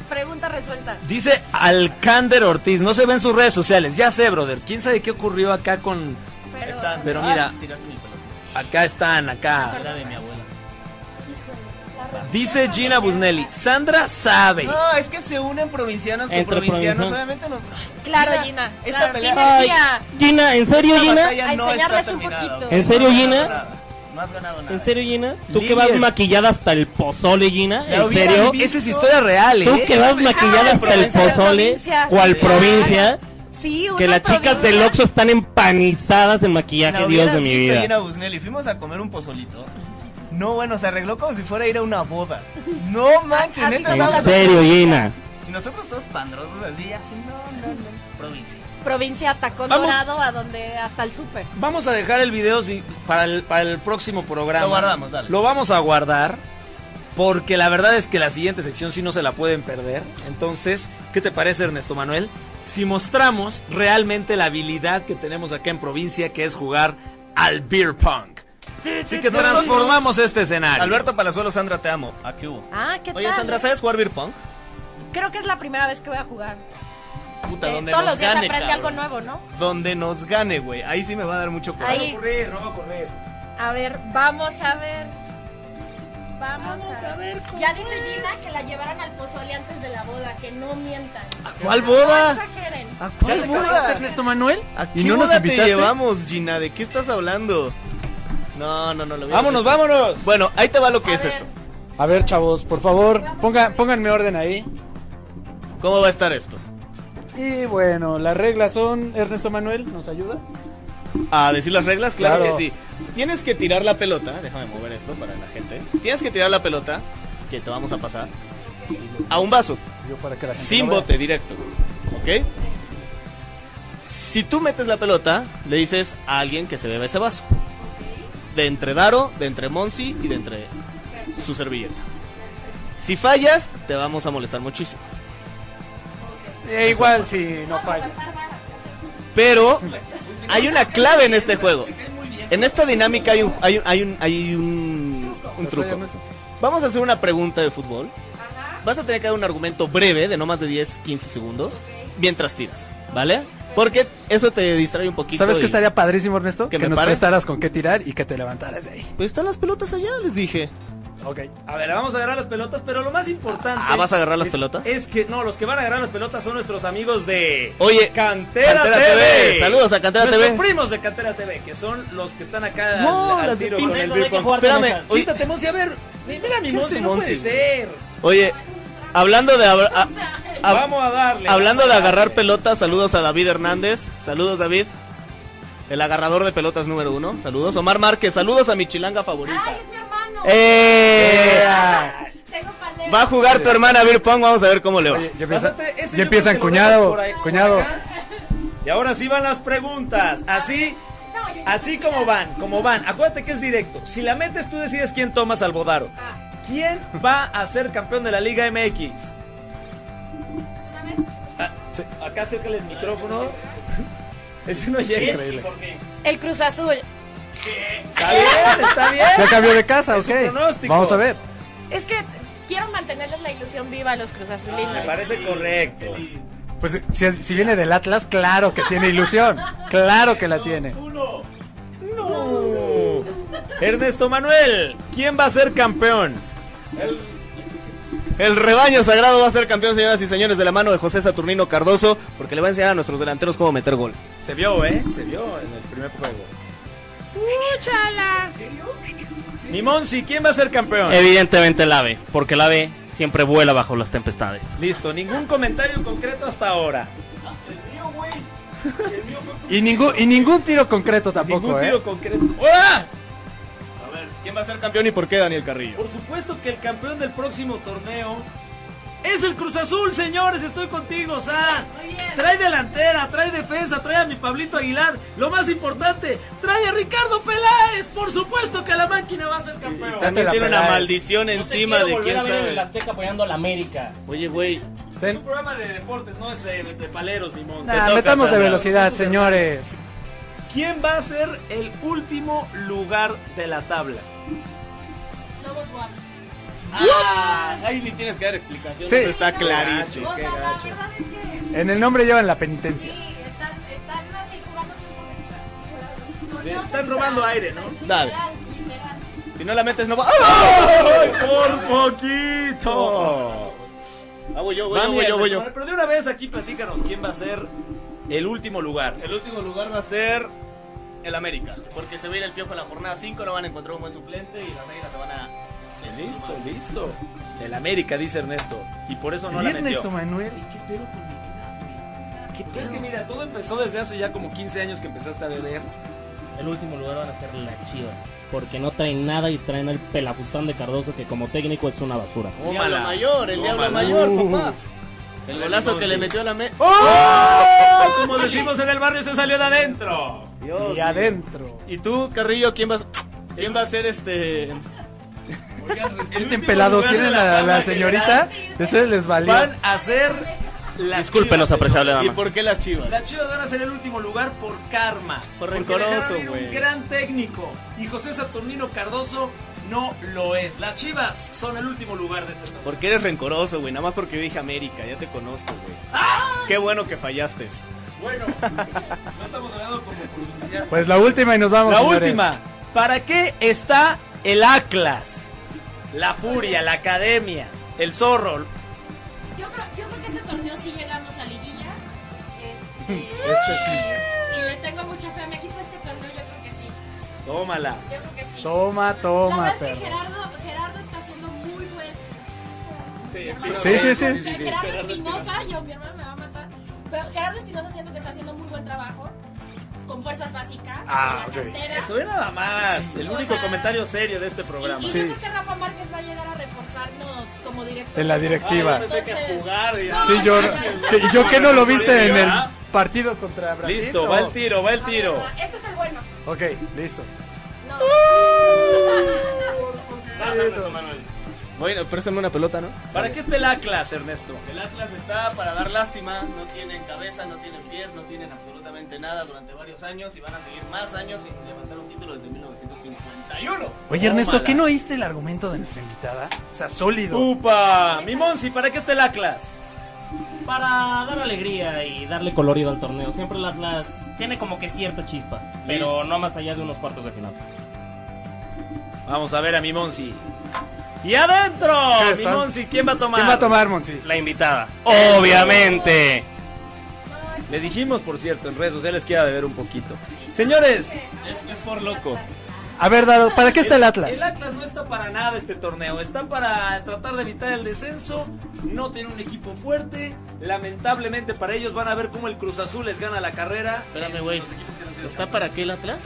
S5: Pregunta resuelta.
S3: Dice Alcánder Ortiz, no se ven sus redes sociales. Ya sé, brother. ¿Quién sabe qué ocurrió acá con...
S5: Pero,
S4: Están-
S3: Pero
S4: Ah,
S3: mira.
S4: Tiraste mi pelotita.
S3: Acá están, acá.
S4: Era de mi abuela.
S5: híjole, la religión
S3: Dice
S5: no
S3: Gina
S5: me
S3: Busnelli,
S5: deja.
S3: Sandra sabe.
S4: No, es que se unen provincianos con
S6: Entre
S4: provincianos.
S6: provincianos.
S4: Obviamente no.
S5: Claro,
S4: Mira,
S5: Gina.
S4: esta
S5: claro,
S4: pelea-
S6: Ay,
S5: Gina,
S6: Gina, ¿en serio,
S4: Esta
S6: Gina?
S4: batalla
S5: A
S4: no está
S5: enseñarles un
S4: terminada,
S5: poquito.
S4: ok.
S6: ¿En serio,
S4: No has
S6: Gina?
S4: ganado nada, No has ganado nada.
S6: ¿En serio, Gina? ¿Tú
S3: Lili
S6: que vas
S3: es-
S6: maquillada hasta el pozole, Gina?
S4: La
S6: ¿En
S4: hubiera
S6: serio?
S4: vivido.
S3: Esa es historia real,
S6: ¿Tú que
S3: ¿eh?
S6: vas maquillada
S5: Ah,
S6: hasta el
S5: es que las
S6: pozole?
S5: provincias,
S6: ¿Cuál
S5: sí.
S6: provincia?
S5: Sí, una
S6: Que las chicas
S5: provincia.
S6: del Oxxo están empanizadas en maquillaje,
S4: La
S6: Dios
S4: hubieras
S6: de mi
S4: visto Gina
S6: vida.
S4: Busnelli. Fuimos a comer un pozolito. No, bueno, se arregló como si fuera a ir a una boda. No manches,
S5: Ah, Así
S4: neta.
S5: somos
S4: estábamos-
S6: ¿En serio, Gina?
S4: Y nosotros todos pandrosos así, así, no, no, no. Provincia.
S5: Provincia Tacón
S3: Vamos.
S5: Dorado, a donde hasta el súper.
S3: Vamos a dejar el video si- para, el, para el próximo programa.
S4: Lo guardamos, dale.
S3: Lo vamos a guardar. Porque la verdad es que la siguiente sección sí no se la pueden perder. Entonces, ¿qué te parece, Ernesto Manuel? Si mostramos realmente la habilidad que tenemos acá en provincia, que es jugar al beer punk. Así que transformamos este escenario.
S4: Alberto Palazuelo, Sandra, te amo. ¿A qué hubo?
S5: Ah, ¿qué tal?
S4: Oye, Sandra,
S5: eh?
S4: ¿sabes jugar beer pong?
S5: Creo que es la primera vez que voy a jugar.
S4: Puta,
S5: Eh,
S4: donde
S5: todos
S4: nos
S5: los días
S4: gane,
S5: aprende
S4: cabrón.
S5: algo nuevo, ¿no?
S4: Donde nos gane, güey. Ahí sí me va a dar mucho cuidado.
S5: Ahí. A ver, vamos a ver. Vamos, a, ver. ya dice Gina que la llevaran al pozole antes de la boda, que no mientan.
S4: ¿A cuál
S5: No
S4: boda?
S5: exageren.
S7: ¿A
S4: ¿Ya
S7: cuál
S4: te
S7: boda,
S4: casaste,
S7: Ernesto Manuel?
S4: ¿A
S7: ¿Y
S4: qué
S7: no nos
S4: boda te
S7: invitaste?
S4: llevamos, Gina? ¿De qué estás hablando? No, no, no lo hubiera
S3: Vámonos,
S4: hecho.
S3: vámonos.
S4: Bueno, ahí te va lo que
S5: A
S4: es
S5: ver.
S4: esto.
S9: A ver, chavos, por favor, ponga, pónganme orden ahí.
S4: ¿Cómo va a estar esto?
S9: Y bueno, las reglas son. Ernesto Manuel, ¿nos ayuda?
S4: A decir las reglas, claro,
S9: Claro.
S4: que sí. Tienes que tirar la pelota. Déjame mover esto para la gente. Tienes que tirar la pelota, que te vamos a pasar, a un vaso,
S9: Yo para que la gente
S4: sin
S9: lo vea.
S4: bote directo. ¿Ok? Si tú metes la pelota, le dices a alguien que se beba ese vaso. De entre Daro, de entre Monsi y de entre su servilleta. Si fallas, te vamos a molestar muchísimo.
S9: Eh, igual si no fallo.
S4: Pero hay una clave en este juego. En esta dinámica hay un hay un, hay un, hay un, un truco. Vamos a hacer una pregunta de fútbol. Vas a tener que dar un argumento breve de no más de 10, 15 segundos mientras tiras, ¿vale? Porque eso te distrae un poquito.
S9: ¿Sabes
S4: y-
S9: qué estaría padrísimo, Ernesto?
S4: ¿Que
S9: Que,
S4: me
S9: nos
S4: pare?
S9: prestaras con qué tirar y que te levantaras de ahí.
S4: Pues están las pelotas allá, les dije.
S9: Ok.
S3: A ver, vamos a agarrar las pelotas, pero lo más importante.
S4: Ah, ¿vas a agarrar las
S3: es-
S4: pelotas?
S3: Es que, no, los que van a agarrar las pelotas son nuestros amigos de.
S4: Oye,
S3: Cantera,
S4: Cantera
S3: TV.
S4: TV. Saludos a Cantera
S3: Nuestros
S4: TV.
S3: primos de Cantera TV, que son los que están acá.
S4: No,
S3: al- al
S4: las de
S3: tiro
S4: Pink.
S3: con el
S4: Eso
S6: hay
S3: beer
S6: que
S3: pong.
S6: jugar con
S4: Espérame,
S6: esas.
S4: oye,
S3: Quítate, Monsi, a ver. mi- Mira mi
S4: ¿Qué
S3: Monsi,
S4: hace
S3: no
S4: Monsi,
S3: puede ser.
S4: Oye,
S5: Pues,
S4: hablando de abra- a- a-
S3: Vamos a darle.
S4: Ah. hablando de
S3: vamos a
S4: agarrar
S3: darle.
S4: pelotas, saludos a David Hernández. Saludos, David. El agarrador de pelotas número uno. Saludos. Omar Márquez. Saludos a mi chilanga favorita.
S5: ¡Ay, es mi hermano!
S4: ¡Eh!
S5: Tengo paleta.
S4: Va a jugar tu hermana Beer Pong, vamos a ver cómo le va.
S9: Oye, ya empieza-
S3: Pásate, ese
S9: ya
S3: yo
S9: empiezan,
S3: creo que lo dejas
S9: cuñado,
S3: por ahí, por
S9: cuñado.
S3: acá. Y ahora sí van las preguntas. Así.
S5: No, yo ya
S3: Así como van, como van. Acuérdate que es directo. Si la metes, tú decides quién tomas al Bodaro.
S5: Ah.
S3: ¿Quién va a ser campeón de la Liga MX?
S5: de una vez.
S3: Ah, Acá acércale el micrófono. Ese no llega.
S9: Increíble.
S5: El Cruz Azul.
S3: Está bien, está
S9: Ya
S3: bien.
S9: cambió de casa,
S3: Es un
S9: ok.
S3: pronóstico.
S9: Vamos a ver.
S5: Es que t- quiero mantenerles la ilusión viva a los Cruz
S3: Me
S5: Azulinos.
S3: parece correcto.
S9: Pues si, si viene del Atlas, claro que tiene ilusión. Claro que la tiene.
S3: No. Ernesto Manuel, ¿quién va a ser campeón?
S4: El rebaño sagrado va a ser campeón, señoras y señores, de la mano de José Saturnino Cardoso, porque le va a enseñar a nuestros delanteros cómo meter gol.
S3: Se vio, ¿eh? Se vio en el primer juego.
S5: ¡Úchala!
S3: Mi Monsi, ¿quién va a ser campeón?
S6: Evidentemente el ave, porque el ave siempre vuela bajo las tempestades.
S3: Listo, ningún comentario concreto hasta ahora.
S9: Y ningún, y ningún tiro concreto tampoco,
S3: Ningún
S9: ¿eh?
S3: tiro concreto. ¡Hola!
S4: A ver, ¿quién va a ser campeón y por qué Daniel Carrillo?
S3: Por supuesto que el campeón del próximo torneo es el Cruz Azul, señores. Estoy contigo, San.
S5: Muy bien.
S3: Trae delantera, trae defensa, trae a mi Pablito Aguilar. Lo más importante, trae a Ricardo Peláez. Por supuesto que la máquina va a ser campeón.
S9: Tan-
S4: También
S9: la
S4: tiene una
S9: pelas.
S4: maldición encima de quién
S6: el
S4: sabe.
S6: Azteca apoyando a la América.
S4: Oye, güey,
S3: Es un
S9: Ten-
S3: programa de deportes, no es de, de paleros, mi monte.
S9: Nah,
S4: toca,
S9: metamos de
S4: Sandra.
S9: velocidad, señores.
S3: ¿Quién va a ser el último lugar de la tabla?
S5: Lobos Guap.
S4: Ah, ahí ni tienes que dar explicaciones.
S9: Sí.
S4: eso está clarísimo.
S5: O sea, la verdad es que
S9: En el nombre llevan la penitencia.
S5: sí, están, están así jugando tiempos extra. sí, jugando. Torneos
S3: están
S5: extra,
S3: robando aire, ¿no?
S5: Literal,
S4: Dale.
S5: literal.
S4: Si no la metes, no va. ¡Ah!
S3: Por poquito.
S4: Ah, voy yo, voy
S3: Va,
S4: yo, voy
S3: mira,
S4: yo, voy yo.
S3: Pero de una vez aquí platícanos quién va a ser el último lugar.
S4: El último lugar va a ser el América, porque se va a ir el piojo en la jornada 5, no van a encontrar un buen suplente y las águilas se van a...
S3: Listo, listo. El América, dice Ernesto. Y por eso no
S9: Y
S3: la metió.
S9: Ernesto Manuel.
S3: ¿Qué pedo? Es que mira, todo empezó desde hace ya como 15 años que empezaste a beber.
S6: El último lugar van a ser las Chivas, porque no traen nada y traen al pelafustán de Cardoso que como técnico es una basura.
S4: El
S3: Tómala.
S4: diablo mayor, el diablo
S3: Tómala.
S4: mayor, papá.
S3: El
S4: Uh. El golazo que
S3: Monsi.
S4: le metió a la me...
S3: ¡Oh! Como decimos en el barrio, se salió de adentro.
S9: Y adentro.
S4: ¿Y tú, Carrillo, quién vas, quién va a ser este?
S9: Este pelado, ¿tienen a la señorita? Ustedes les valió.
S3: Van a ser las
S6: Discúlpenos,
S3: Chivas,
S6: apreciable
S3: señores.
S4: ¿Y
S6: dama.
S4: por qué las Chivas?
S3: Las Chivas van a ser el último lugar por karma.
S4: Por
S3: Porque
S4: rencoroso,
S3: dejaron ir
S4: güey.
S3: un gran técnico. Y José Saturnino Cardoso no lo es. Las Chivas son el último lugar de este torneo.
S4: Porque eres rencoroso, güey. Nada más porque yo dije América, ya te conozco, güey. Qué bueno que fallaste.
S3: Bueno, no estamos hablando como publicidad.
S9: Pues la última y nos vamos.
S3: La
S9: señores.
S3: última. ¿Para qué está el Atlas? La furia, la academia, el zorro.
S5: Yo creo, yo creo que este torneo sí llegamos a liguilla. Este,
S9: Este sí.
S5: Y le tengo mucha fe a mi equipo. Este torneo yo creo que sí.
S3: Tómala.
S5: Yo creo que sí.
S8: Toma,
S5: La
S8: toma,
S5: verdad es que
S8: perro.
S5: Gerardo, Gerardo está haciendo muy buen.
S4: Sí,
S5: Mi
S4: Espinosa.
S5: hermano-
S8: Sí, sí, sí.
S5: Gerardo
S3: Sí, sí, sí.
S5: Gerardo Espinosa, yo, mi hermano me va a matar. Pero Gerardo Espinosa siento que está haciendo muy buen trabajo. Con fuerzas básicas.
S3: Ah,
S5: en la cantera.
S3: Eso es nada más. el
S5: O
S3: único
S5: sea,
S3: comentario serio de este programa.
S5: Y, y
S8: Sí.
S5: yo creo que Rafa Márquez va a llegar a reforzarnos como director.
S8: En la directiva.
S5: Ah, yo pensé que
S4: jugar.
S5: ya.
S8: Sí, yo, que- ¿y yo que no lo viste en el
S3: ¿Ah?
S8: partido contra Brasil.
S3: Listo,
S8: ¿no?
S3: va el tiro, va el
S5: A ver,
S3: tiro.
S5: va, Este es el bueno.
S8: Ok, listo.
S5: No.
S4: Bueno, préstame una pelota, ¿no?
S3: ¿Para qué está el Atlas, Ernesto?
S4: El Atlas está para dar lástima, no tienen cabeza, no tienen pies, no tienen absolutamente nada durante varios años y van a seguir más años sin levantar un título desde 1951.
S9: Oye, Ernesto,
S3: Tómala.
S9: ¿qué no oíste el argumento de nuestra invitada? O sea, sólido.
S3: ¡Upa! Mi Monsi, ¿para qué está el Atlas?
S6: Para dar alegría y darle colorido al torneo. Siempre el Atlas tiene como que cierta chispa, pero no más allá de unos cuartos de final.
S3: Vamos a ver a mi Monsi. ¡Y adentro!
S9: Ya
S3: Mi
S9: está.
S3: Monsi, ¿quién va a tomar?
S9: ¿Quién va a tomar, Monsi?
S6: La invitada. Ah, Obviamente.
S3: Le dijimos, por cierto, en redes sociales que iba a beber un poquito. Señores,
S4: Es, es por loco.
S9: A ver, Dado, ¿para qué está el Atlas?
S3: El Atlas no está para nada este torneo. Está para tratar de evitar el descenso. No tiene un equipo fuerte. Lamentablemente para ellos van a ver cómo el Cruz Azul les gana la carrera.
S10: Espérame,
S3: en
S10: güey.
S3: los equipos que no han sido
S10: ¿Está
S3: campeones.
S10: para qué el Atlas?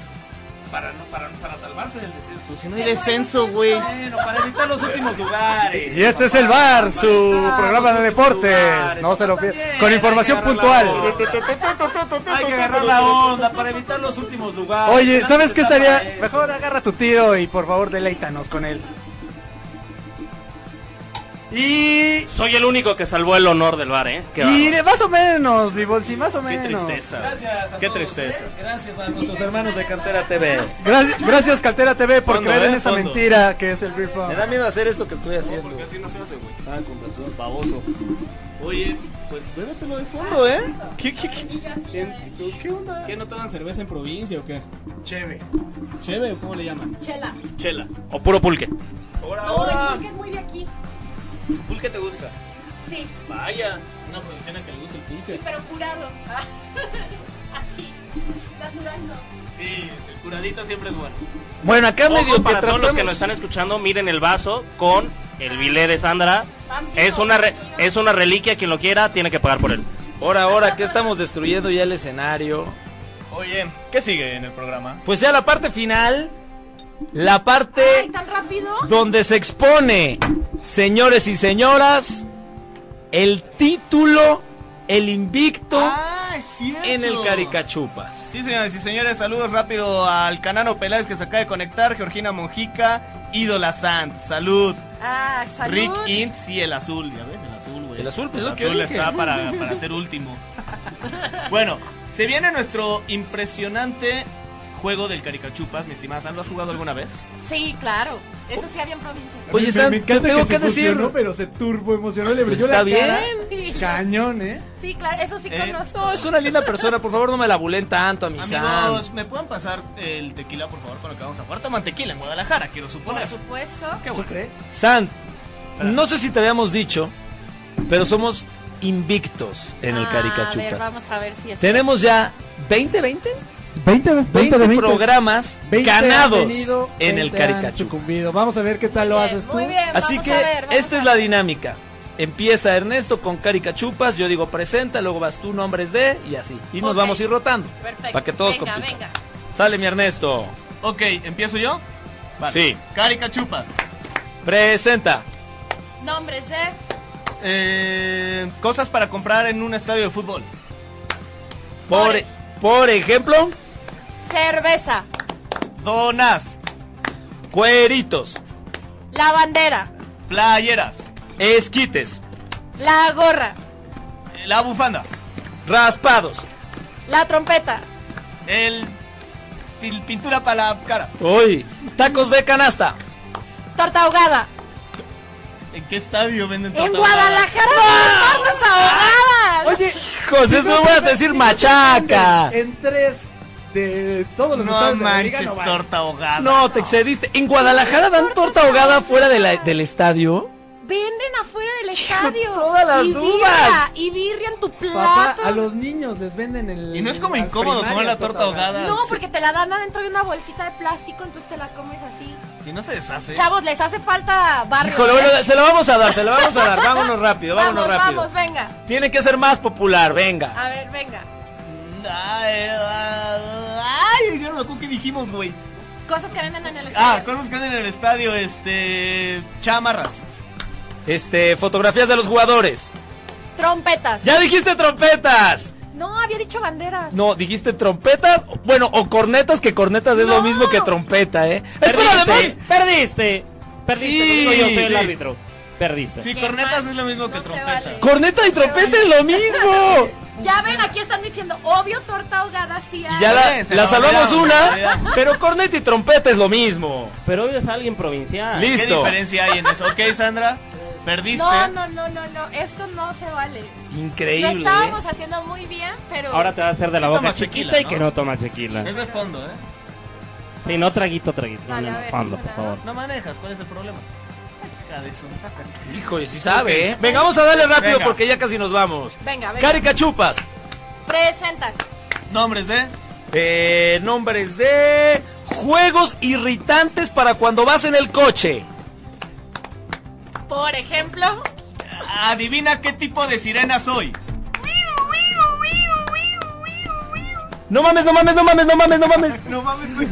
S3: Para, no, para, para salvarse del descenso.
S10: Pues Si no hay descenso, güey.
S3: Bueno, para evitar los últimos lugares.
S9: Y este es el VAR, su
S3: Para evitar
S9: programa
S3: los
S9: de
S3: últimos
S9: deportes.
S3: lugares.
S9: No se lo
S3: También
S9: pierdan.
S3: hay
S9: Con
S3: que
S9: información
S3: agarrar la
S9: puntual.
S3: onda. Hay que agarrar la onda para evitar los últimos lugares.
S9: Oye, ¿sabes qué
S3: Está para
S9: estaría?
S3: eso.
S9: Mejor agarra a tu tío y por favor deleítanos con él. Y.
S6: Soy el único que salvó el honor del bar, ¿eh? Qué
S9: Y
S6: bárbaro.
S9: de más o menos, mi bolsi, más o menos.
S3: Gracias a
S10: Qué
S3: todos,
S10: tristeza.
S3: ¿eh? Gracias a nuestros hermanos de Cantera TV.
S9: Gracias, gracias Cantera TV por
S10: Fondo,
S9: creer en
S10: eh,
S9: esta
S10: fondo.
S9: mentira que es el Beer Pong.
S3: Me da miedo hacer esto que estoy haciendo.
S4: Porque así no se hace, güey.
S3: Ah, con razón.
S4: Baboso. Oye, pues bébetelo de fondo, ¿eh? ¿Qué, qué, qué?
S5: Y yo así.
S4: ¿Qué, onda? ¿Qué no toman cerveza en provincia o qué?
S9: Cheve.
S4: ¿Cheve o cómo le llaman?
S5: Chela.
S4: Chela.
S6: O puro pulque.
S3: Ahora,
S5: No, es
S3: ahora.
S5: porque es muy de aquí.
S4: ¿Pulque te gusta?
S5: Sí,
S4: Vaya, una provinciana que le gusta el pulque.
S5: sí, pero curado. Así. Natural no.
S4: Sí, el curadito siempre es bueno.
S3: Bueno, acá
S6: Ojo,
S3: medio que
S6: para todos los que
S3: tratamos-
S6: nos están escuchando, miren el vaso con el bilé de Sandra.
S5: Vacío,
S6: Es una, re-
S5: vacío.
S6: es una reliquia, quien lo quiera tiene que pagar por él.
S3: Ahora, ahora, que estamos destruyendo ya el escenario.
S4: Oye, ¿qué sigue en el programa?
S3: Pues ya la parte final. La
S5: Ay,
S3: parte
S5: tan rápido.
S3: donde se expone, señores y señoras, el título, el invicto
S4: Ah, es cierto.
S3: en el Caricachupas.
S4: Sí, señores y señores, saludos rápido al Canano Peláez que se acaba de conectar, Georgina Monjica, Ídola Sant, salud.
S5: Ah, salud.
S4: Rick Int, sí, el azul, ya ves, el azul, güey.
S3: El azul, pues, lo que
S4: azul
S3: dije.
S4: está para, para ser último. bueno, se viene nuestro impresionante juego del Caricachupas, mi estimada Sam, ¿lo has jugado alguna vez?
S5: Sí, claro. Eso sí había en provincia.
S3: Oye, Sam, ¿qué tengo que decir?
S8: emocionó, pero se turbo emocionó, le brilló
S3: Está
S8: la cara.
S5: bien.
S8: Cañón, ¿eh?
S5: Sí, claro, eso sí
S4: Eh,
S5: conozco.
S3: No, es una linda persona, por favor no me la bulen tanto a mi Sam.
S4: Amigos, ¿me pueden pasar el tequila, por favor, con lo que vamos a jugar? Toman tequila en Guadalajara, quiero
S5: Por
S4: suponer.
S5: supuesto.
S4: Qué bueno.
S9: crees?
S3: Sam, no sé si te habíamos dicho, pero somos invictos en el
S5: Ah, A ver,
S3: Caricachupas.
S5: vamos a ver si es.
S3: Tenemos ya 20, 20,
S8: 20,
S3: 20,
S8: 20 de 20.
S3: programas
S8: 20 han
S3: ganados
S8: venido,
S3: en
S8: 20
S3: el
S8: han
S3: Caricachupas.
S8: sucumbido. Vamos a ver qué tal lo
S5: Muy
S8: haces
S5: bien,
S8: tú.
S5: Muy bien,
S3: Así
S5: vamos
S3: que
S5: a ver, vamos
S3: esta
S5: a
S3: es la
S5: ver.
S3: dinámica. Empieza Ernesto con caricachupas, yo digo presenta, luego vas tú nombres de y así. Y nos
S5: Ok.
S3: vamos a ir rotando.
S5: Perfecto.
S3: Para que todos
S5: venga,
S3: compitan.
S5: venga.
S3: Sale mi Ernesto.
S4: Ok, ¿empiezo yo? Vale.
S3: Sí.
S4: Caricachupas.
S3: Presenta.
S5: Nombres de
S4: Eh, cosas para comprar en un estadio de fútbol.
S3: Por,
S5: Ore.
S3: por ejemplo,
S5: cerveza,
S4: Donas.
S3: cueritos,
S5: la bandera,
S4: Playeras.
S3: esquites,
S5: la gorra,
S4: eh, La bufanda.
S3: raspados.
S5: la trompeta,
S4: El. pil- pintura para la cara.
S3: Uy, tacos de canasta.
S5: torta ahogada.
S4: ¿En qué estadio venden
S5: En
S4: torta
S5: Guadalajara
S3: ¡Ah!
S5: no tortas ahogadas.
S8: Oye,
S3: José, Pues eso voy a decir machaca.
S8: En tres de todos los
S4: No
S8: estados de la liga,
S4: manches,
S8: no vale.
S4: torta ahogada.
S3: No, te excediste. ¿En Guadalajara dan torta ahogada fuera de la- del estadio?
S5: venden afuera del estadio.
S3: todas las
S5: y
S3: dudas.
S5: birria, y birria en tu
S8: Papá,
S5: plato.
S8: a los niños les venden el.
S4: Y no es como
S8: las
S4: incómodo comer la
S8: primarias,
S4: torta
S8: papá.
S4: ahogada.
S5: No, porque te la dan adentro de una bolsita de plástico, entonces te la comes así.
S4: Y no se deshace.
S5: Chavos, les hace falta barrio.
S3: Híjole,
S5: ¿eh?
S3: bueno, se la vamos a dar, se la vamos a dar. Vámonos rápido, vámonos
S5: vamos,
S3: rápido.
S5: vamos, venga.
S3: Tiene que ser más popular, venga.
S5: A ver, venga.
S4: Ay, ay, ay, yo no me acuerdo qué dijimos, güey.
S5: Cosas que venden en el
S4: Ah,
S5: estadio.
S4: cosas que hacen en el estadio, este. Chamarras.
S3: Este, fotografías de los jugadores.
S5: Trompetas.
S3: ¡Ya dijiste trompetas!
S5: No, había dicho banderas.
S3: No, dijiste trompetas, bueno, o cornetas, que cornetas es lo
S5: No.
S3: mismo que trompeta, ¿eh. Es
S6: Perdiste,
S3: pero además,
S6: perdiste. Perdiste,
S3: Sí,
S6: te digo yo soy el
S4: sí.
S6: árbitro. Perdiste.
S4: Sí,
S5: Qué
S4: cornetas
S5: mal.
S4: es lo mismo que
S5: No se
S4: trompetas.
S5: vale.
S3: corneta y
S5: No se
S3: trompeta
S5: vale.
S3: es lo mismo.
S5: Ya ven, aquí están diciendo, obvio, torta ahogada sí hay.
S3: Y ya la,
S4: Se
S3: la
S4: la
S3: salvamos
S4: olvidamos, se la
S3: una,
S4: olvidamos.
S3: pero corneta y trompeta es lo mismo.
S6: Pero obvio es alguien provincial.
S3: Listo.
S4: ¿Qué diferencia hay en eso? Ok, Sandra, perdiste.
S5: No, no, no, no, no, esto no se vale. Lo
S3: Increíble. ¿eh?
S5: estábamos haciendo muy bien, pero...
S6: Ahora te va a hacer de la
S4: Sí
S6: boca
S4: tomas
S6: chiquita
S4: tequila,
S6: y que
S4: ¿no?
S6: no tomas tequila.
S4: Es de fondo, ¿eh?
S6: Sí, no traguito, traguito. No,
S5: Dale,
S6: no,
S5: a ver,
S6: fondo, por
S5: hola.
S6: favor.
S4: No manejas, ¿cuál es el problema? Hija de su madre.
S3: Híjole, sí sabe, ¿eh? Venga, vamos a darle rápido
S4: Venga.
S3: porque ya casi nos vamos.
S5: Venga, venga.
S3: Cari Cachupas.
S5: Presenta.
S4: Nombres de.
S3: Eh, nombres de juegos irritantes para cuando vas en el coche.
S5: Por ejemplo...
S4: Adivina qué tipo de sirena soy.
S3: No mames, no mames, no mames, no mames, no mames.
S4: No mames, güey.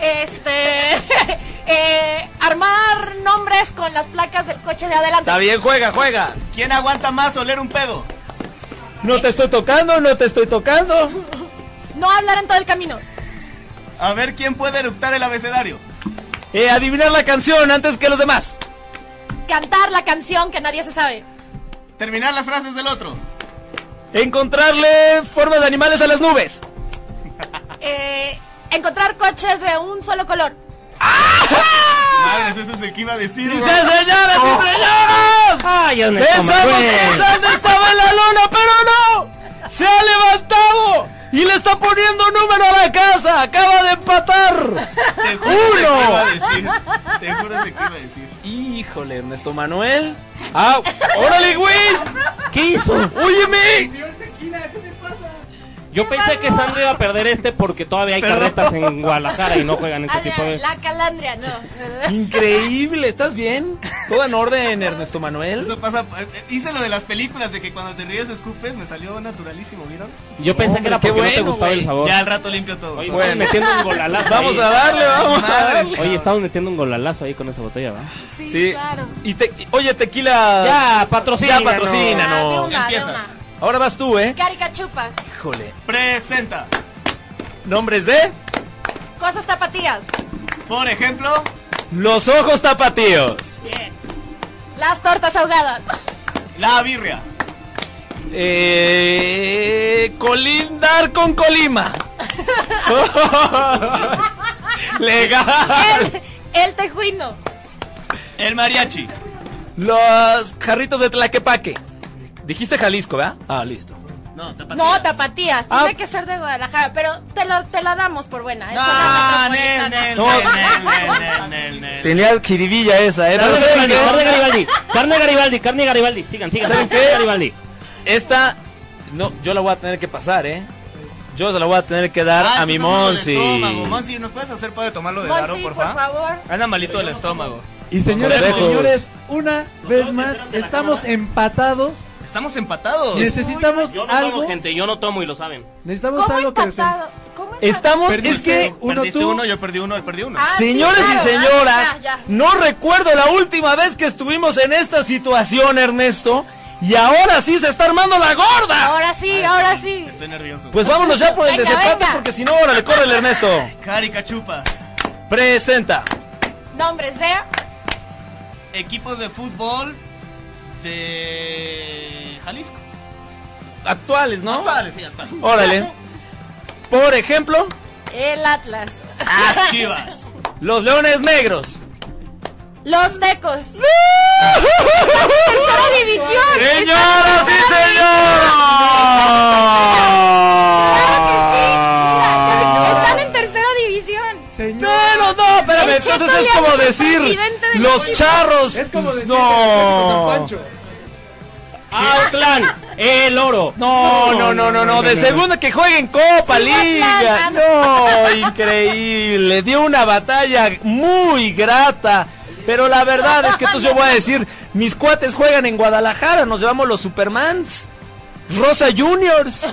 S5: Este. eh, armar nombres con las placas del coche de adelante.
S3: Está bien, juega, juega.
S4: ¿Quién aguanta más oler un pedo?
S3: No te estoy tocando, no te estoy tocando.
S5: No hablar en todo el camino.
S4: A ver quién puede eructar el abecedario.
S3: Eh, adivinar la canción antes que los demás.
S5: Cantar la canción que nadie se sabe.
S4: Terminar las frases del otro.
S3: Encontrarle formas de animales a las nubes.
S5: Eh, encontrar coches de un solo color.
S4: Madres, ese es el que iba a decir.
S3: ¡Sí,
S4: güey.
S3: señoras y señores!
S6: ¡Ay, ¿dónde estamos,
S3: Pensamos
S6: güey?
S3: que Sandra estaba en la luna, pero no. Se ha levantado y le está poniendo número a la casa. Acaba de empatar.
S4: Te juro ese que
S3: Uno.
S4: iba a decir. Te juro ese que iba a decir.
S3: Híjole, Ernesto Manuel. ¡Ah! ¡Órale, güey!
S6: ¿Qué hizo?
S3: ¡Óyeme!
S6: Yo
S5: ¿Qué
S6: pensé que
S5: pasó?
S6: Sandra iba a perder este porque todavía hay carretas en Guadalajara y no juegan este
S5: Ah,
S6: tipo de.
S5: la, la calandria, no.
S3: Increíble, ¿estás bien? ¿Todo en orden, Ernesto Manuel?
S4: Eso pasa. eh, Hice lo de las películas de que cuando te ríes escupes, me salió naturalísimo, ¿vieron?
S6: Yo pensé
S3: Hombre,
S6: que era
S3: qué
S6: porque no te
S3: bueno,
S6: gustaba
S3: güey. pues,
S6: el sabor.
S4: Ya al rato limpio todo.
S6: Oye,
S4: Son-
S3: Bueno.
S6: estamos metiendo un golalazo.
S3: Vamos
S6: ahí.
S3: a darle, vamos a darle.
S4: Madres,
S6: Oye, estamos metiendo un golalazo ahí con esa botella, ¿va?
S5: Sí,
S3: Sí.
S5: claro.
S3: Y te, oye, tequila.
S6: Ya, patrocina.
S3: Ya, patrocina.
S5: Ah, de
S3: no.
S5: una, de
S4: Empiezas.
S5: una.
S3: Ahora vas tú, ¿eh?
S5: Caricachupas.
S3: Híjole.
S4: Presenta.
S3: ¿Nombres de?
S5: Cosas tapatías.
S4: Por ejemplo,
S3: Los ojos tapatíos.
S5: Las tortas ahogadas.
S4: la birria.
S3: Eh, colindar con Colima.
S4: Ah.
S3: Legal.
S5: El, el tejuino.
S4: El mariachi.
S3: Los jarritos de Tlaquepaque. Dijiste Jalisco, ¿verdad? Ah, listo.
S4: No, tapatías.
S5: No, tapatías.
S3: Ah.
S5: Tiene que ser de Guadalajara. Pero te, la- te la damos por buena. Es
S4: Ah,
S5: una
S4: nel,
S5: metropolitana.
S4: nel,
S3: No.
S4: nel, nel, nel, nel, nel.
S3: Tenía jiribilla esa, ¿eh? Pero
S6: Carne
S3: ¿saben
S6: Garibaldi,
S3: qué?
S6: carne Garibaldi, carne Garibaldi, carne Garibaldi. Sigan, sigan.
S3: ¿Saben
S6: carne
S3: qué?
S6: Garibaldi.
S3: Esta, no, yo la voy a tener que pasar, ¿eh? Yo se la voy a tener que dar
S4: Ah,
S3: a mi
S4: está malo del
S3: Monsi.
S4: estómago. Monsi, ¿nos puedes hacer para tomarlo de Daro,
S5: Monsi, por
S4: porfa?
S5: favor.
S4: Anda malito del estómago.
S8: Y señoras y
S3: Consejos.
S8: señores, una vez más, estamos empatados.
S4: Estamos empatados.
S8: Necesitamos
S6: Yo no
S8: algo.
S6: tomo, gente, yo no tomo y lo saben.
S8: Necesitamos
S5: ¿Cómo
S8: algo que
S5: empatado? ¿Cómo empatado?
S3: Estamos, es
S4: Perdiste-
S3: que,
S8: uno
S4: perdiste
S8: tú.
S4: uno, yo perdí uno, él perdió uno.
S5: Ah, sí,
S3: señores
S5: claro,
S3: y señoras,
S5: ah, ya, ya.
S3: no recuerdo la última vez que estuvimos en esta situación, Ernesto, y ahora sí se está armando la gorda.
S5: Ahora sí, ahora sí.
S4: Estoy nervioso.
S3: Pues vámonos ya por el
S5: Venga,
S3: desempate,
S5: venga.
S3: porque si no, ahora le corre el Ernesto.
S4: Carica chupas.
S3: Presenta.
S5: Nombres de
S4: Equipos de fútbol de Jalisco.
S3: Actuales, ¿no?
S4: Actuales, sí, actuales.
S3: Órale. Por ejemplo,
S5: El Atlas.
S3: Ah,
S4: Las chivas.
S3: los Leones Negros.
S5: Los Tecos. Tercera división.
S3: ¡Señoras y señores! Ah.
S5: Claro que sí. Mira, Están en tercera división.
S8: Señor.
S3: Bueno, no, espérame,
S5: El
S3: entonces
S5: Cheto
S3: es
S5: ya
S3: como
S5: es el
S3: decir
S5: presidente de
S3: los
S5: México.
S3: charros.
S8: Es como decir
S3: no.
S8: que el Sancho.
S3: Ah,
S6: Outland, el oro.
S3: No, no, no, no, no, de segunda que jueguen Copa Liga.
S5: Mazatlán,
S3: No, increíble. Dio una batalla muy grata. Pero la verdad es que entonces yo voy a decir, mis cuates juegan en Guadalajara, nos llevamos los Supermans. Rosa Juniors.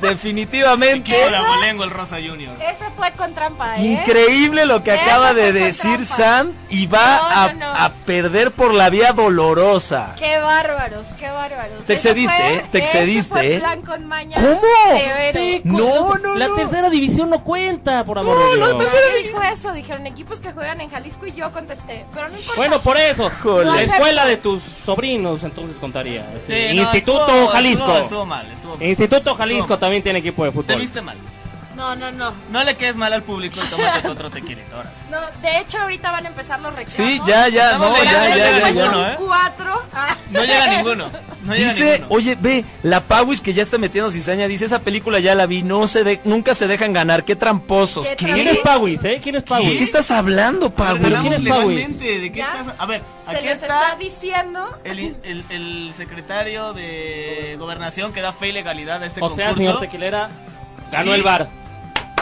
S3: Definitivamente.
S4: Equipo de abolengo el Rosa Juniors.
S5: Ese fue con trampa, ¿eh?
S3: Increíble lo que
S5: Eso
S3: acaba
S5: fue
S3: de
S5: con
S3: decir
S5: trampa.
S3: Sam y va
S5: No,
S3: a,
S5: no, no.
S3: a perder por la vía dolorosa.
S5: Qué bárbaros, qué bárbaros.
S3: Te
S5: Ese
S3: excediste,
S5: fue-
S3: ¿eh? Te
S5: ese
S3: excediste,
S5: fue
S3: ¿eh?
S5: plan con maña
S3: ¿Cómo?
S5: severo.
S3: No, no,
S6: La
S3: no.
S6: tercera división no cuenta, por amor de Dios.
S5: Nadie dijo eso, dijeron equipos que juegan en Jalisco y yo contesté. Pero no importa.
S6: Bueno, por eso.
S3: Híjole.
S6: La escuela de tus sobrinos, entonces contaría.
S4: Sí, no,
S6: Instituto
S4: estuvo-
S6: Jalisco.
S4: Estuvo, estuvo mal, estuvo mal.
S6: Instituto Jalisco
S4: Estuvo-
S6: también tiene equipo de
S4: Te
S6: fútbol.
S4: viste mal.
S5: No, no, no.
S4: No le quedes mal al público y tómate otro tequilito ahora.
S5: No, de hecho ahorita van a empezar los reclamos.
S3: Sí, ya, ya,
S4: Estamos
S3: no,
S4: de
S3: ya,
S4: la
S3: ya,
S4: verga,
S3: ya,
S5: Pues
S4: pues,
S3: ya.
S5: son
S4: no, ¿eh?
S5: cuatro. Ah.
S4: No llega ninguno. No llega
S3: Dice,
S4: ninguno.
S3: oye, ve, la Pauis que ya está metiendo cizaña, dice, esa película ya la vi, no se de- nunca se dejan ganar, qué tramposos.
S5: Qué
S3: ¿Qué?
S6: ¿Quién es Pauis, eh? ¿Quién es
S3: ¿De qué
S6: Pauis?
S3: estás hablando, Pauis?
S6: Pero ¿quién es Pauis?
S4: legalmente, ¿De qué
S5: Ya.
S4: estás? A ver,
S5: Se
S4: aquí
S5: les está,
S4: está
S5: diciendo.
S4: el, in- el, el secretario de gobernación que da fe y legalidad a este
S6: O sea,
S4: concurso.
S6: señor Tequilera, ganó
S4: Sí.
S6: el bar.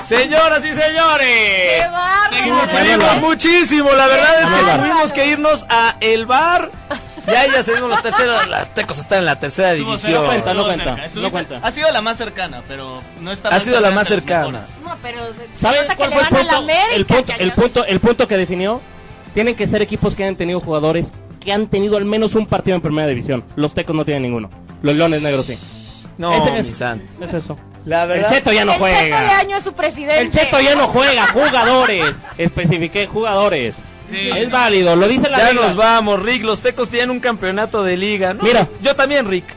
S3: Señoras y
S5: ¡Qué
S3: señores,
S5: bárbaro!
S3: nos reímos muchísimo, la verdad es que
S5: bárbaro.
S3: tuvimos que irnos a el bar. Ya, ya seguimos los terceros, las tecos están en la tercera
S4: Estuvo cerca,
S3: división.
S6: cuenta, no
S4: estuvo
S6: cuenta,
S4: cerca.
S6: no
S4: Estuviste-
S6: cuenta.
S4: Ha sido la más cercana, pero no está.
S3: Ha sido la más
S4: entre los
S3: cercana.
S4: mejores.
S5: No, pero. de-
S6: ¿Saben
S5: nota
S6: cuál
S5: que
S6: fue
S5: le
S6: el
S5: van a la
S6: punto,
S5: América,
S6: el, punto, el,
S5: cañón.
S6: punto, el punto que definió? Tienen que ser equipos que han tenido jugadores que han tenido al menos un partido en primera división. Los tecos no tienen ninguno. Los leones negros sí.
S3: No,
S6: Ese es-
S3: mi santo.
S6: Es eso.
S3: La
S6: El
S3: verdad.
S6: Cheto ya no
S5: el
S6: juega.
S5: Cheto de año es su presidente.
S6: El Cheto ya no juega, jugadores. Especifiqué jugadores.
S4: Sí.
S6: Es válido, lo dice la
S3: Ya
S6: regla.
S3: nos vamos, Rick. Los tecos tienen un campeonato de liga. No,
S6: Mira.
S3: pues, Yo también, Rick.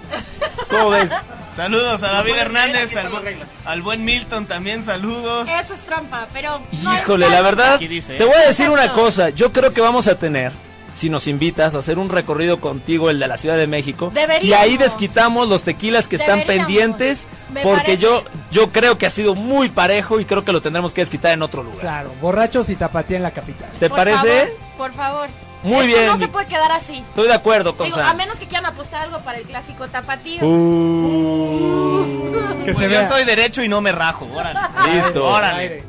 S3: ¿Cómo ves?
S4: Saludos a David Hernández,
S6: están
S4: al,
S6: las
S4: bu-
S6: reglas.
S4: al buen Milton también saludos.
S5: Eso es trampa, pero. no hay-
S3: Híjole, la verdad.
S4: Aquí dice, ¿eh?
S3: Te voy a decir una
S5: Exacto.
S3: cosa. Yo creo que vamos a tener, si nos invitas, a hacer un recorrido contigo, el de la Ciudad de México. Y ahí
S5: Deberíamos.
S3: desquitamos los tequilas que están
S5: Deberíamos.
S3: pendientes.
S5: Me
S3: Porque
S5: parece.
S3: yo, yo creo que ha sido muy parejo y creo que lo tendremos que desquitar en otro lugar.
S8: Claro, borrachos y tapatía en la capital.
S3: ¿Te
S5: Por
S3: parece?
S5: favor, por favor.
S3: Muy
S5: Esto
S3: bien.
S5: No se puede quedar así.
S3: Estoy de acuerdo con
S5: Digo,
S3: Sam.
S5: a menos que quieran apostar algo para el clásico tapatío. Uh.
S8: Que
S4: Pues
S8: se
S4: yo
S8: vea.
S4: soy derecho y no me rajo. Órale.
S3: Listo.
S4: Órale.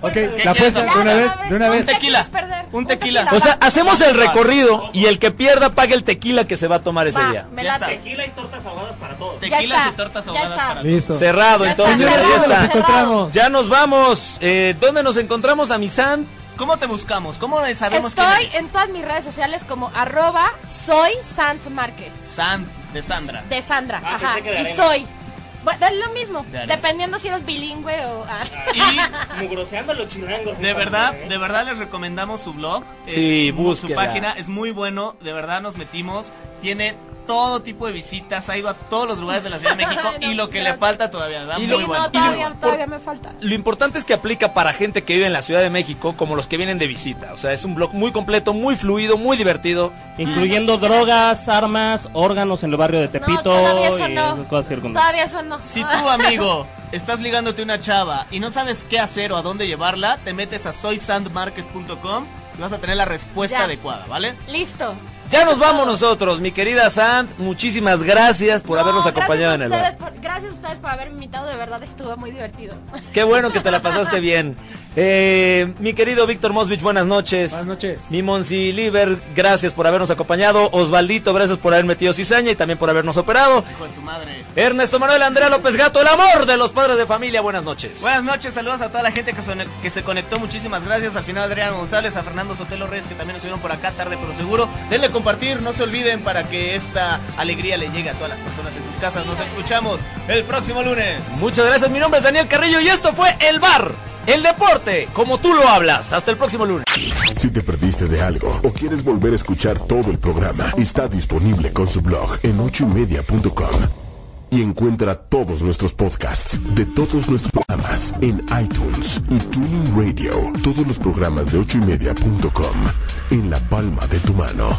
S8: Ok,
S4: ¿Qué
S8: la
S4: quieres
S8: apuesta
S4: saber?
S8: de una vez, de una
S5: un
S8: vez.
S4: Tequila.
S5: perder.
S4: Un tequila.
S3: O sea,
S5: va.
S3: hacemos el recorrido y el que pierda paga el tequila que se va a tomar ese
S5: Va,
S3: día.
S5: Me
S4: Ya
S5: late.
S4: está.
S6: y tortas ahogadas para todos.
S4: Tequilas
S5: está,
S4: y tortas
S5: ya
S4: ahogadas
S5: está.
S4: para todos.
S8: Listo.
S3: Cerrado,
S5: Ya está,
S3: entonces
S5: cerrado,
S3: ahí está.
S8: nos
S5: cerrado.
S8: encontramos.
S3: Ya nos vamos. Eh, ¿Dónde nos encontramos a Misán?
S4: ¿Cómo te buscamos? ¿Cómo sabemos
S5: Estoy
S4: quién
S5: en
S4: eres?
S5: todas mis redes sociales como arroba soy Sant Márquez.
S4: San, de Sandra.
S5: De Sandra.
S6: Ah,
S5: ajá.
S6: pensé que de
S5: Y
S6: arena.
S5: soy. Bueno, es lo mismo.
S4: De arena.
S5: dependiendo si eres bilingüe o. ah.
S4: Y
S6: Mugroseando los chilangos.
S4: de verdad, de verdad les recomendamos su blog. Es-
S3: Sí,
S4: Su
S3: búsquela.
S4: página es muy bueno. De verdad nos metimos. Tiene todo tipo de visitas. Ha ido a todos los lugares de la Ciudad de México.
S5: Ay, no,
S4: y lo que
S5: gracias.
S4: le falta todavía. ¿verdad?
S3: Y
S5: Sí,
S3: lo-
S4: muy bueno.
S5: no, todavía,
S3: Por-
S5: todavía me falta.
S3: Lo importante es que aplica para gente que vive en la Ciudad de México, como los que vienen de visita. O sea, es un blog muy completo, muy fluido, muy divertido.
S6: Incluyendo drogas, armas, órganos en el barrio de
S5: no,
S6: Tepito.
S5: todavía eso
S6: y
S5: no.
S6: cosas circundantes.
S5: Todavía eso no.
S4: Si tú, amigo, estás ligándote una chava y no sabes qué hacer o a dónde llevarla, te metes a soysandmarquez.com y vas a tener la respuesta
S5: Ya.
S4: adecuada, ¿vale?
S5: Listo.
S3: Ya
S5: Eso
S3: nos
S5: es
S3: vamos
S5: todo.
S3: nosotros, mi querida Sant. Muchísimas gracias por
S5: No,
S3: habernos
S5: gracias
S3: acompañado
S5: a
S3: en el
S5: ustedes
S3: bar.
S5: por- gracias a ustedes por haberme invitado, de verdad estuvo muy divertido.
S3: Qué bueno que te la pasaste bien. Eh, mi querido Víctor Mosvich, buenas noches.
S8: Buenas noches.
S3: Mi Monsi Liber, gracias por habernos acompañado. Osvaldito, gracias por haber metido cizaña y también por habernos operado.
S4: Hijo de tu madre.
S3: Ernesto Manuel Andrea López Gato, el amor de los padres de familia. Buenas noches.
S4: Buenas noches, saludos a toda la gente que, son- que se conectó. Muchísimas gracias. Al final, Adrián González, a Fernando Sotelo Reyes, que también estuvieron por acá tarde, pero seguro. Denle compartir, no se olviden para que esta alegría le llegue a todas las personas en sus casas. Nos escuchamos el próximo lunes.
S3: Muchas gracias. Mi nombre es Daniel Carrillo y esto fue El Bar, el deporte, como tú lo hablas. Hasta el próximo lunes.
S1: Si te perdiste de algo o quieres volver a escuchar todo el programa, está disponible con su blog en ochoymedia.com. Y encuentra todos nuestros podcasts de todos nuestros programas en iTunes y Tuning Radio. Todos los programas de ochoymedia.com en la palma de tu mano.